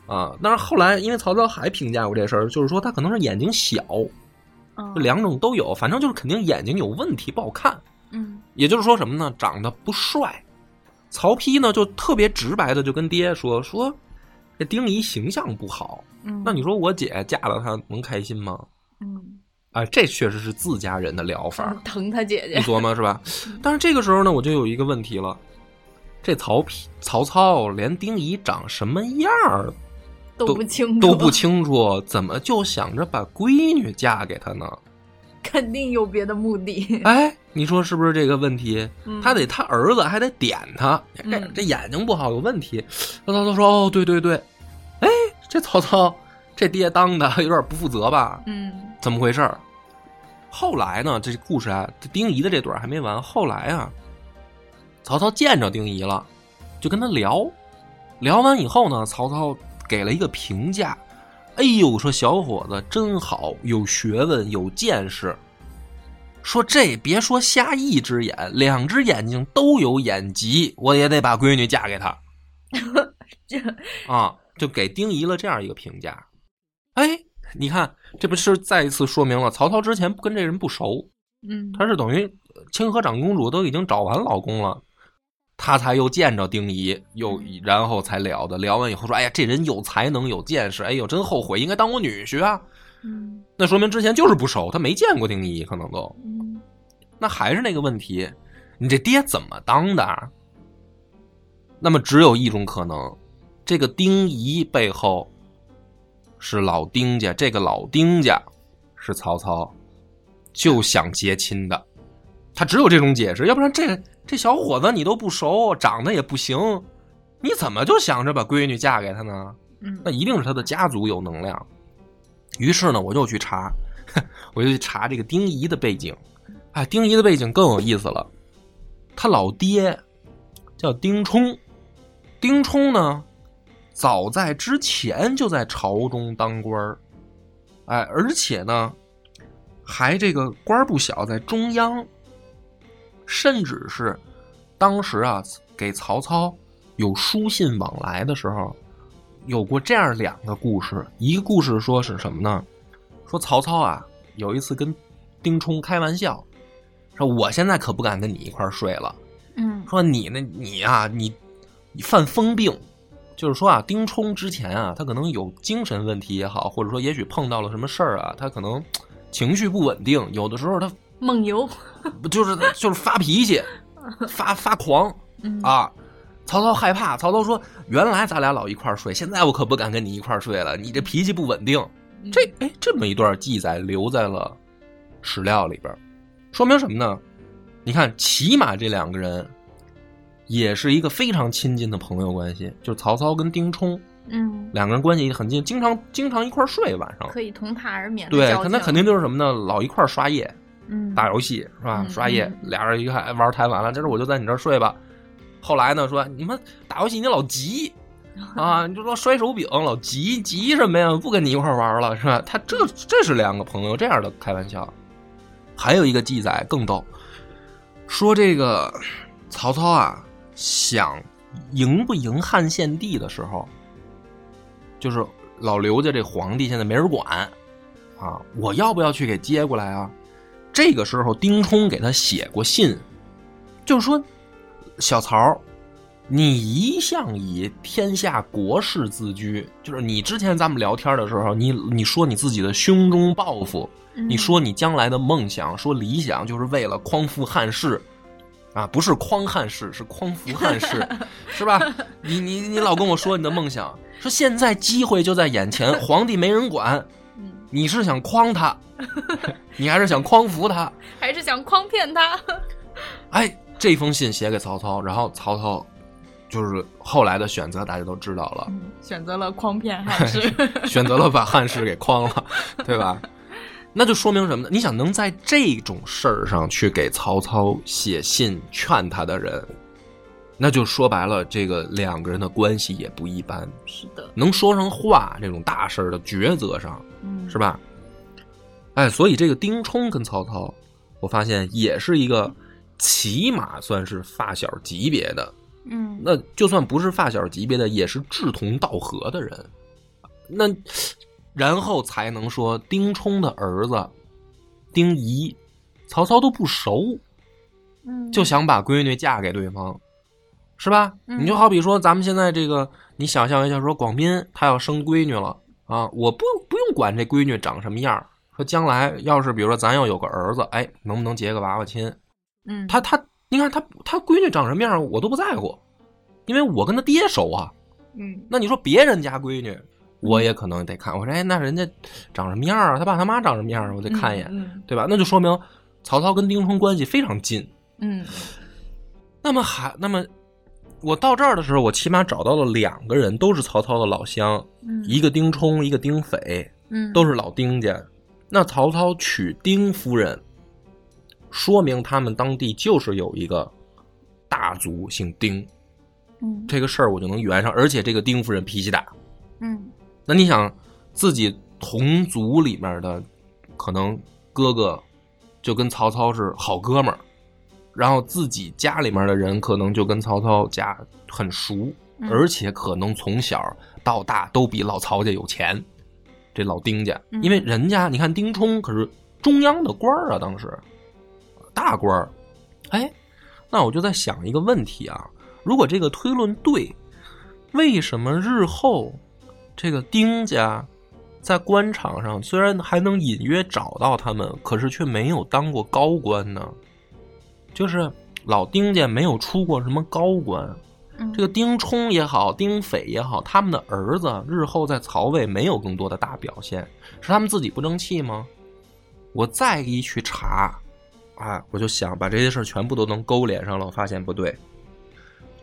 [SPEAKER 1] 啊。但是后来因为曹操还评价过这事儿，就是说他可能是眼睛小，
[SPEAKER 2] 嗯
[SPEAKER 1] 就两种都有，反正就是肯定眼睛有问题，不好看。
[SPEAKER 2] 嗯
[SPEAKER 1] 也就是说什么呢？长得不帅。曹丕呢就特别直白的就跟爹说说，这丁仪形象不好，
[SPEAKER 2] 嗯，
[SPEAKER 1] 那你说我姐嫁了他能开心吗？
[SPEAKER 2] 嗯
[SPEAKER 1] 啊，这确实是自家人的疗法。
[SPEAKER 2] 疼他姐
[SPEAKER 1] 你
[SPEAKER 2] 姐，
[SPEAKER 1] 琢磨是吧？但是这个时候呢，我就有一个问题了：这曹丕、曹操连丁仪长什么样 儿
[SPEAKER 2] 都不清楚，
[SPEAKER 1] 都不清楚，怎么就想着把闺女嫁给他呢？
[SPEAKER 2] 肯定有别的目的，
[SPEAKER 1] 哎，你说是不是这个问题？
[SPEAKER 2] 嗯
[SPEAKER 1] 他得他儿子还得点他，这
[SPEAKER 2] 嗯
[SPEAKER 1] 这眼睛不好有问题。那曹操说：“哦，对对对，哎，这曹操这爹当的有点不负责吧？
[SPEAKER 2] 嗯
[SPEAKER 1] 怎么回事儿？后来呢，这故事啊，这丁仪的这段还没完。后来啊，曹操见着丁仪了，就跟他聊，聊完以后呢，曹操给了一个评价，哎呦，说小伙子真好，有学问，有见识。说这别说瞎一只眼，两只眼睛都有眼疾，我也得把闺女嫁给他。
[SPEAKER 2] 这
[SPEAKER 1] 啊，就给丁仪了这样一个评价。哎，你看，这不是再一次说明了曹操之前跟这人不熟，
[SPEAKER 2] 嗯
[SPEAKER 1] 他是等于呃清河长公主都已经找完老公了，他才又见着丁仪，又然后才聊的。聊完以后说：“哎呀，这人有才能，有见识，哎呦，真后悔，应该当我女婿啊。”
[SPEAKER 3] 嗯
[SPEAKER 1] 那说明之前就是不熟，他没见过丁一，可能都
[SPEAKER 3] 嗯
[SPEAKER 1] 那还是那个问题，你这爹怎么当的？啊那么只有一种可能，这个丁仪背后是老丁家，这个老丁家是曹操就想结亲的，他只有这种解释，要不然这这小伙子你都不熟，长得也不行，你怎么就想着把闺女嫁给他呢？
[SPEAKER 3] 嗯
[SPEAKER 1] 那一定是他的家族有能量。于是呢，我就去查， 我就去查这个丁仪的背景。哎，丁仪的背景更有意思了，他老爹叫丁冲，丁冲呢，早在之前就在朝中当官儿，哎，而且呢，还这个官儿不小，在中央，甚至是当时啊，给曹操有书信往来的时候，有过这样两个故事，一个故事说是什么呢？说曹操啊，有一次跟丁冲开玩笑，说我现在可不敢跟你一块儿睡了。
[SPEAKER 3] 嗯
[SPEAKER 1] 说你那你啊，你你犯疯病，就是说啊，丁冲之前啊，他可能有精神问题也好，或者说也许碰到了什么事儿啊，他可能情绪不稳定，有的时候他
[SPEAKER 3] 梦游
[SPEAKER 1] 不就是就是发脾 气，发发狂
[SPEAKER 3] 嗯
[SPEAKER 1] 啊。曹操害怕，曹操说：“原来咱俩老一块儿睡，现在我可不敢跟你一块儿睡了，你这脾气不稳定。”
[SPEAKER 3] 嗯
[SPEAKER 1] 这哎，这么一段记载留在了史料里边儿，说明什么呢？你看，起码这两个人也是一个非常亲近的朋友关系，就是曹操跟丁冲
[SPEAKER 3] 嗯
[SPEAKER 1] 两个人关系很近，经常经常一块儿睡晚上。
[SPEAKER 3] 可以同榻而眠的
[SPEAKER 1] 对，
[SPEAKER 3] 交
[SPEAKER 1] 那
[SPEAKER 3] 情
[SPEAKER 1] 肯定就是什么呢？老一块儿刷夜，
[SPEAKER 3] 嗯
[SPEAKER 1] 打游戏是吧？
[SPEAKER 3] 嗯
[SPEAKER 1] 刷夜
[SPEAKER 3] 嗯，
[SPEAKER 1] 俩人一看哎玩儿太晚了，今儿我就在你这儿睡吧。后来呢，说你们打游戏你老 急啊，你就说摔手柄老急急什么呀？不跟你一块儿玩儿了是吧？他这这是两个朋友这样的开玩笑。还有一个记载更逗，说这个曹操啊想赢不赢汉献帝的时候，就是老刘家这皇帝现在没人管啊，我要不要去给接过来啊？这个时候，丁冲给他写过信，就是说，小曹，你一向以天下国事自居，就是你之前咱们聊天的时候，你你说你自己的胸中抱负，
[SPEAKER 3] 嗯
[SPEAKER 2] 嗯
[SPEAKER 1] 你说你将来的梦想，说理想，就是为了匡扶汉室。啊，不是匡汉室，是匡扶汉室，是吧？你你你老跟我说你的梦想，说现在机会就在眼前，皇帝没人管，
[SPEAKER 3] 嗯
[SPEAKER 1] 你是想匡他， 你还是想匡扶他？
[SPEAKER 3] 还是想诓骗他
[SPEAKER 1] 哎，这封信写给曹操，然后曹操就是后来的选择，大家都知道了，
[SPEAKER 3] 嗯选择了诓骗还 是
[SPEAKER 1] 选择了把汉室给诓了，对吧？那就说明什么呢？你想能在这种事儿上去给曹操写信劝他的人，那就说白了，这个两个人的关系也不一般，
[SPEAKER 3] 是的
[SPEAKER 1] 能说上话这种大事儿的抉择上，
[SPEAKER 3] 嗯
[SPEAKER 1] 是吧？哎，所以这个丁冲跟曹操，我发现也是一个起码算是发小级别的，
[SPEAKER 3] 嗯
[SPEAKER 1] 那就算不是发小级别的，也是志同道合的人。那然后才能说丁冲的儿子丁仪，曹操都不熟，
[SPEAKER 3] 嗯
[SPEAKER 1] 就想把闺女嫁给对方，是吧？
[SPEAKER 3] 嗯
[SPEAKER 1] 你就好比说，咱们现在这个，你想象一下，说广斌他要生闺女了啊，我不不用管这闺女长什么样儿，说将来要是比如说咱要有个儿子，哎，能不能结个娃娃亲？
[SPEAKER 3] 嗯
[SPEAKER 1] 他他，你看他他闺女长什么样儿，我都不在乎，因为我跟他爹熟啊。
[SPEAKER 3] 嗯
[SPEAKER 1] 那你说别人家闺女，我也可能得看，我说哎，那人家长什么样儿啊？他爸他妈长什么样儿啊？我得看一眼，
[SPEAKER 3] 嗯
[SPEAKER 1] 对吧？那就说明曹操跟丁冲关系非常近。
[SPEAKER 3] 嗯
[SPEAKER 1] 那么还那么，我到这儿的时候，我起码找到了两个人，都是曹操的老乡，
[SPEAKER 3] 嗯
[SPEAKER 1] 一个丁冲，一个丁斐，
[SPEAKER 3] 嗯
[SPEAKER 1] 都是老丁家。那曹操娶丁夫人，说明他们当地就是有一个大族姓丁，
[SPEAKER 3] 嗯
[SPEAKER 1] 这个事儿我就能圆上。而且这个丁夫人脾气大，
[SPEAKER 3] 嗯
[SPEAKER 1] 那你想自己同族里面的可能哥哥就跟曹操是好哥们儿，然后自己家里面的人可能就跟曹操家很熟，
[SPEAKER 3] 嗯
[SPEAKER 1] 而且可能从小到大都比老曹家有钱。这老丁家，
[SPEAKER 3] 嗯
[SPEAKER 1] 因为人家你看丁冲可是中央的官儿啊，当时大官儿。哎，那我就在想一个问题啊，如果这个推论对，为什么日后这个丁家在官场上虽然还能隐约找到他们，可是却没有当过高官呢。就是老丁家没有出过什么高官，
[SPEAKER 3] 嗯
[SPEAKER 1] 这个丁冲也好，丁斐也好，他们的儿子日后在曹魏没有更多的大表现，是他们自己不争气吗？我再一去查，哎，我就想把这些事儿全部都能勾连上了，我发现不对。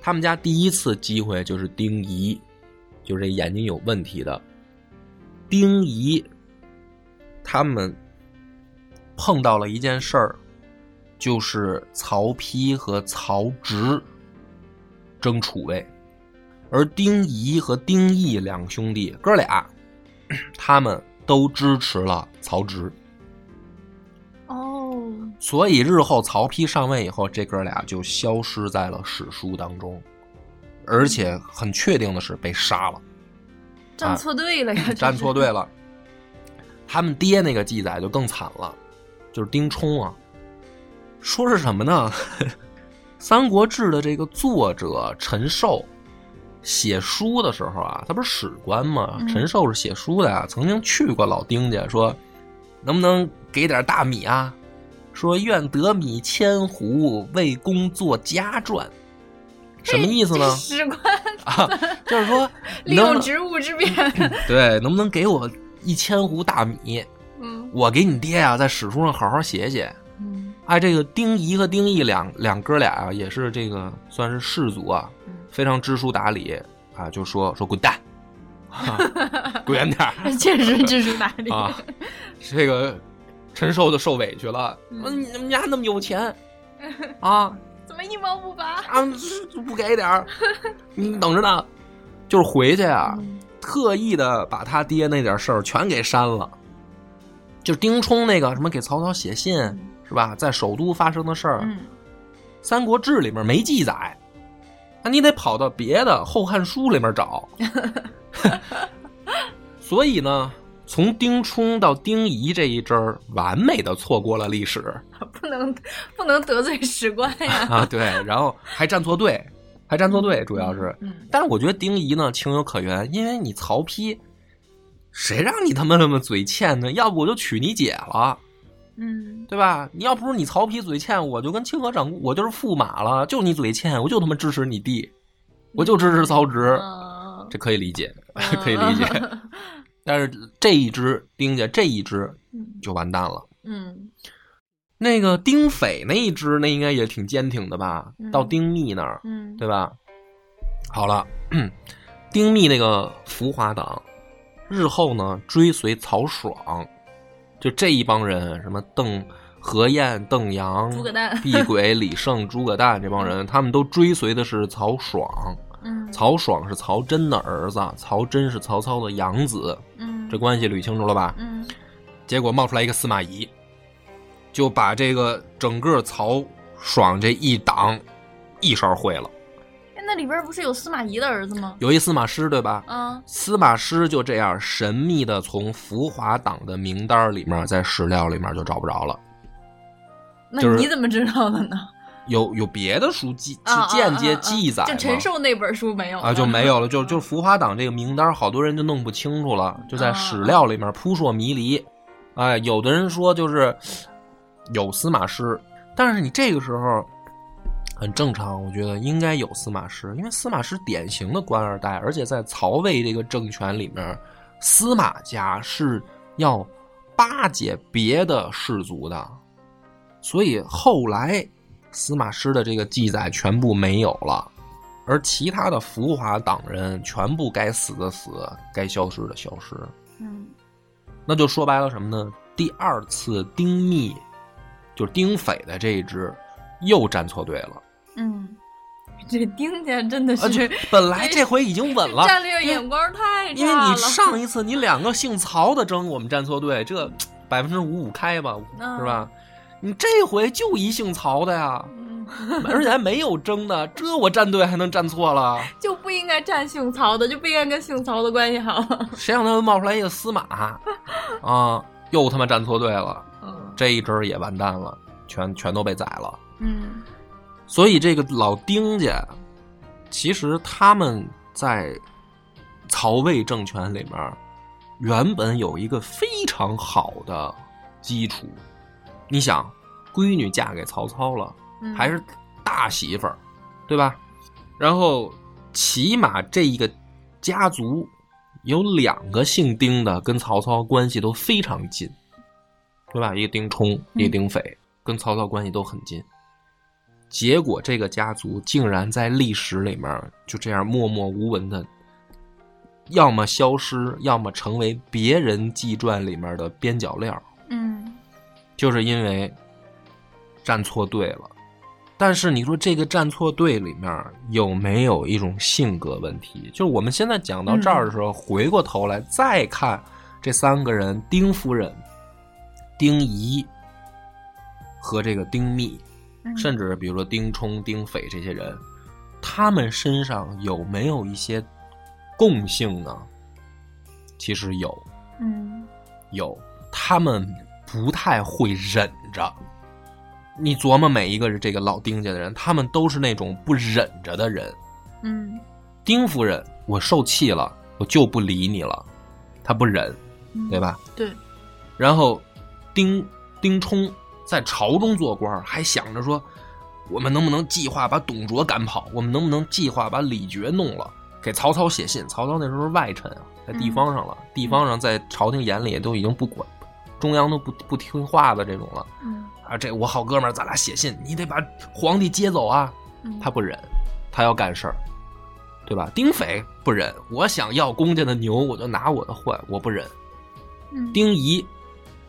[SPEAKER 1] 他们家第一次机会就是丁仪，就是这眼睛有问题的丁仪，他们碰到了一件事儿，就是曹丕和曹植争楚位，而丁仪和丁义两兄弟哥俩， 他们都支持了曹植，
[SPEAKER 3] 哦，
[SPEAKER 1] 所以日后曹丕上位以后，这哥俩就消失在了史书当中，而且很确定的是被杀了。
[SPEAKER 3] 站错队了呀，这是
[SPEAKER 1] 啊站错队，了。他们爹那个记载就更惨了，就是丁冲啊，说是什么呢？ 《三国志》的这个作者陈寿写书的时候啊，他不是史官吗？
[SPEAKER 3] 嗯
[SPEAKER 1] 陈寿是写书的啊，曾经去过老丁家，说能不能给点大米啊？说愿得米千斛，为公做家传。什么意思呢
[SPEAKER 3] 这？史官
[SPEAKER 1] 啊，就是说
[SPEAKER 3] 利
[SPEAKER 1] 能
[SPEAKER 3] 用
[SPEAKER 1] 不能
[SPEAKER 3] 职务之便，
[SPEAKER 1] 对，能不能给我一千斛大米？
[SPEAKER 3] 嗯
[SPEAKER 1] 我给你爹呀、啊在史书上好好写写。
[SPEAKER 3] 嗯
[SPEAKER 1] 哎，这个丁仪和丁义两两哥俩啊，也是这个算是士族啊
[SPEAKER 3] 嗯，
[SPEAKER 1] 非常知书达理啊，就说说滚蛋，啊、滚 远点儿
[SPEAKER 3] 确实知书达理
[SPEAKER 1] 啊！这个陈寿就受委屈了，
[SPEAKER 3] 嗯
[SPEAKER 1] 嗯，你们家那么 有钱啊，
[SPEAKER 3] 怎么一毛不拔？
[SPEAKER 1] 啊不给 点儿，你等着呢，就是回去啊，
[SPEAKER 3] 嗯
[SPEAKER 1] 特意的把他爹那点事儿全给删了，就是丁冲那个什么给曹操写信是吧，在首都发生的事儿，
[SPEAKER 3] 嗯
[SPEAKER 1] 三国志》里面没记载，那你得跑到别的《后汉书》里面找。所以呢，从丁冲到丁仪这一支儿，完美的错过了历史
[SPEAKER 3] 不能不能得罪史官呀，
[SPEAKER 1] 啊，对，然后还站错队，还站错队，主要是。
[SPEAKER 3] 嗯
[SPEAKER 1] 但是我觉得丁仪呢情有可原，因为你曹丕，谁让你他妈那么嘴欠呢？要不我就娶你姐了，
[SPEAKER 3] 嗯
[SPEAKER 1] 对吧？你要不是你曹丕嘴欠，我就跟清河长公，我就是驸马了，就你嘴欠，我就他妈支持你弟，我就支持曹植，
[SPEAKER 3] 嗯，
[SPEAKER 1] 这可以理解， 可以理 解。但是这一支丁家这一支
[SPEAKER 3] 嗯
[SPEAKER 1] 就完蛋了。
[SPEAKER 3] 嗯
[SPEAKER 1] 那个丁斐那一支，那应该也挺坚挺的吧？
[SPEAKER 3] 嗯
[SPEAKER 1] 到丁密那儿，
[SPEAKER 3] 嗯，
[SPEAKER 1] 对吧？好了， 丁密那个浮华党，日后呢追随曹爽，就这一帮人，什么邓何晏、邓阳、
[SPEAKER 3] 诸葛诞
[SPEAKER 1] 毕轨、李胜、 诸葛诞这帮人，他们都追随的是曹爽。
[SPEAKER 3] 嗯
[SPEAKER 1] 曹爽是曹真的儿子，曹真是曹操的养子，
[SPEAKER 3] 嗯
[SPEAKER 1] 这关系捋清楚了吧？
[SPEAKER 3] 嗯
[SPEAKER 1] 结果冒出来一个司马懿，就把这个整个曹爽这一党一勺烩了。
[SPEAKER 3] 哎那里边不是有司马懿的儿子吗？
[SPEAKER 1] 有一司马师，对吧？
[SPEAKER 3] 啊，
[SPEAKER 1] 司马师就这样神秘的从浮华党的名单里面，在史料里面就找不着了。
[SPEAKER 3] 那
[SPEAKER 1] 就是
[SPEAKER 3] 你怎么知道的呢？
[SPEAKER 1] 有有别的书记
[SPEAKER 3] 啊啊
[SPEAKER 1] 间接
[SPEAKER 3] 啊啊
[SPEAKER 1] 记载吗
[SPEAKER 3] 就陈寿那本书没有
[SPEAKER 1] 啊，就没有了， 就就浮华党这个名单，好多人就弄不清楚了，就
[SPEAKER 3] 嗯
[SPEAKER 1] 在史料里面扑朔迷离。哎，有的人说就是有司马师，但是你这个时候很正常，我觉得应该有司马师，因为司马师典型的官二代，而且在曹魏这个政权里面，司马家是要巴结别的氏族的，所以后来司马师的这个记载全部没有了。而其他的浮华党人全部该死的死，该消失的消失。
[SPEAKER 3] 嗯
[SPEAKER 1] 那就说白了什么呢？第二次丁密，就是丁斐的这一支，又站错队了。
[SPEAKER 3] 嗯，这丁家真的
[SPEAKER 1] 而且
[SPEAKER 3] 是
[SPEAKER 1] 本来啊这回已经稳了，
[SPEAKER 3] 战略眼光太
[SPEAKER 1] 因为
[SPEAKER 3] 差
[SPEAKER 1] 你
[SPEAKER 3] 了。
[SPEAKER 1] 上一次你两个姓曹的争，我们站错队，这百分之五五开吧，
[SPEAKER 3] 嗯
[SPEAKER 1] 是吧？你这回就一姓曹的呀，
[SPEAKER 3] 嗯
[SPEAKER 1] 而且还没有争的，这我站队还能站错了？
[SPEAKER 3] 就不应该站姓曹的，就不应该跟姓曹的关系 好。
[SPEAKER 1] 谁让他们冒出来一个司马啊？又他妈站错队了，
[SPEAKER 3] 嗯
[SPEAKER 1] 这一支儿也完蛋了，全全都被宰了。
[SPEAKER 3] 嗯
[SPEAKER 1] 所以这个老丁家，其实他们在曹魏政权里面原本有一个非常好的基础。你想，闺女嫁给曹操了，
[SPEAKER 3] 嗯
[SPEAKER 1] 还是大媳妇儿，对吧？然后起码这一个家族有两个姓丁的，跟曹操关系都非常近，对吧？一个丁冲，一个丁斐，跟曹操关系都很近。结果这个家族竟然在历史里面就这样默默无闻的，要么消失，要么成为别人纪传里面的边角料。
[SPEAKER 3] 嗯
[SPEAKER 1] 就是因为站错队了。但是你说这个站错队里面有没有一种性格问题？就是我们现在讲到这儿的时候，回过头来再看这三个人：丁夫人、丁仪和这个丁密，
[SPEAKER 3] 嗯
[SPEAKER 1] 甚至比如说丁冲、丁斐这些人，他们身上有没有一些共性呢？其实有，
[SPEAKER 3] 嗯
[SPEAKER 1] 有，他们不太会忍着。你琢磨每一个这个老丁家的人，他们都是那种不忍着的人。
[SPEAKER 3] 嗯
[SPEAKER 1] 丁夫人，我受气了，我就不理你了，他不忍，
[SPEAKER 3] 嗯
[SPEAKER 1] 对？吧？
[SPEAKER 3] 对，
[SPEAKER 1] 然后丁丁冲在朝中做官，还想着说，我们能不能计划把董卓赶跑？我们能不能计划把李傕弄了？给曹操写信，曹操那时候是外臣啊，在地方上了，地方上在朝廷眼里都已经不管，中央都不不听话的这种了
[SPEAKER 3] 嗯
[SPEAKER 1] 啊！这我好哥们儿，咱俩写信，你得把皇帝接走啊！
[SPEAKER 3] 嗯
[SPEAKER 1] 他不忍，他要干事儿，对吧？丁斐不忍，我想要公家的牛，我就拿我的换，我不忍。
[SPEAKER 3] 嗯
[SPEAKER 1] 丁仪，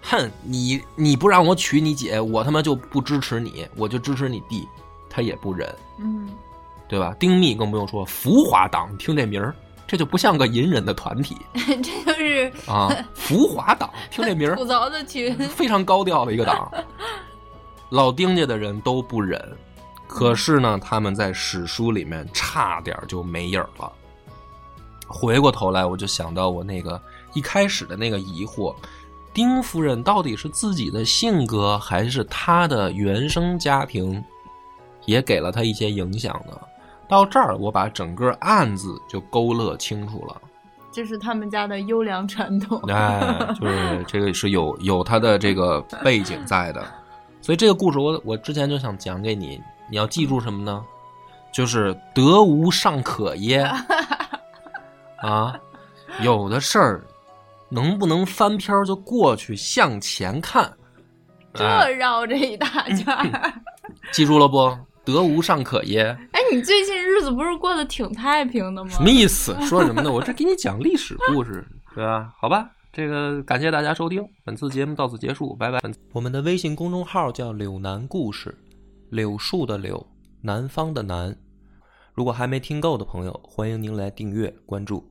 [SPEAKER 1] 哼，你你不让我娶你姐，我他妈就不支持你，我就支持你弟，他也不忍，
[SPEAKER 3] 嗯
[SPEAKER 1] 对吧？丁密更不用说，浮华党，听这名儿，这就不像个隐忍的团体
[SPEAKER 3] 这就是
[SPEAKER 1] 啊！浮华党，听这 名儿 嗯
[SPEAKER 3] 吐槽的群。
[SPEAKER 1] 非常高调的一个党，老丁家的人都不忍，可是呢，他们在史书里面差点就没影儿了。回过头来，我就想到我那个一开始的那个疑惑：丁夫人到底是自己的性格，还是她的原生家庭也给了她一些影响呢？到这儿，我把整个案子就勾勒清楚了。
[SPEAKER 3] 这是他们家的优良传统。
[SPEAKER 1] 哎，就是这个是有有它的这个背景在的，所以这个故事我我之前就想讲给你，你要记住什么呢？就是得无尚可耶，啊，有的事儿能不能翻篇儿就过去，向前看，
[SPEAKER 3] 这
[SPEAKER 1] 哎，
[SPEAKER 3] 绕这一大圈
[SPEAKER 1] 嗯
[SPEAKER 3] 儿，
[SPEAKER 1] 记住了不？得无尚可耶，
[SPEAKER 3] 哎，你最近日子不是过得挺太平的吗？
[SPEAKER 1] 什么意思？说什么呢？我这给你讲历史故事，对吧？好吧，这个感谢大家收听，本次节目到此结束，拜拜。我们的微信公众号叫“柳南故事”，柳树的柳，南方的南。如果还没听够的朋友，欢迎您来订阅关注。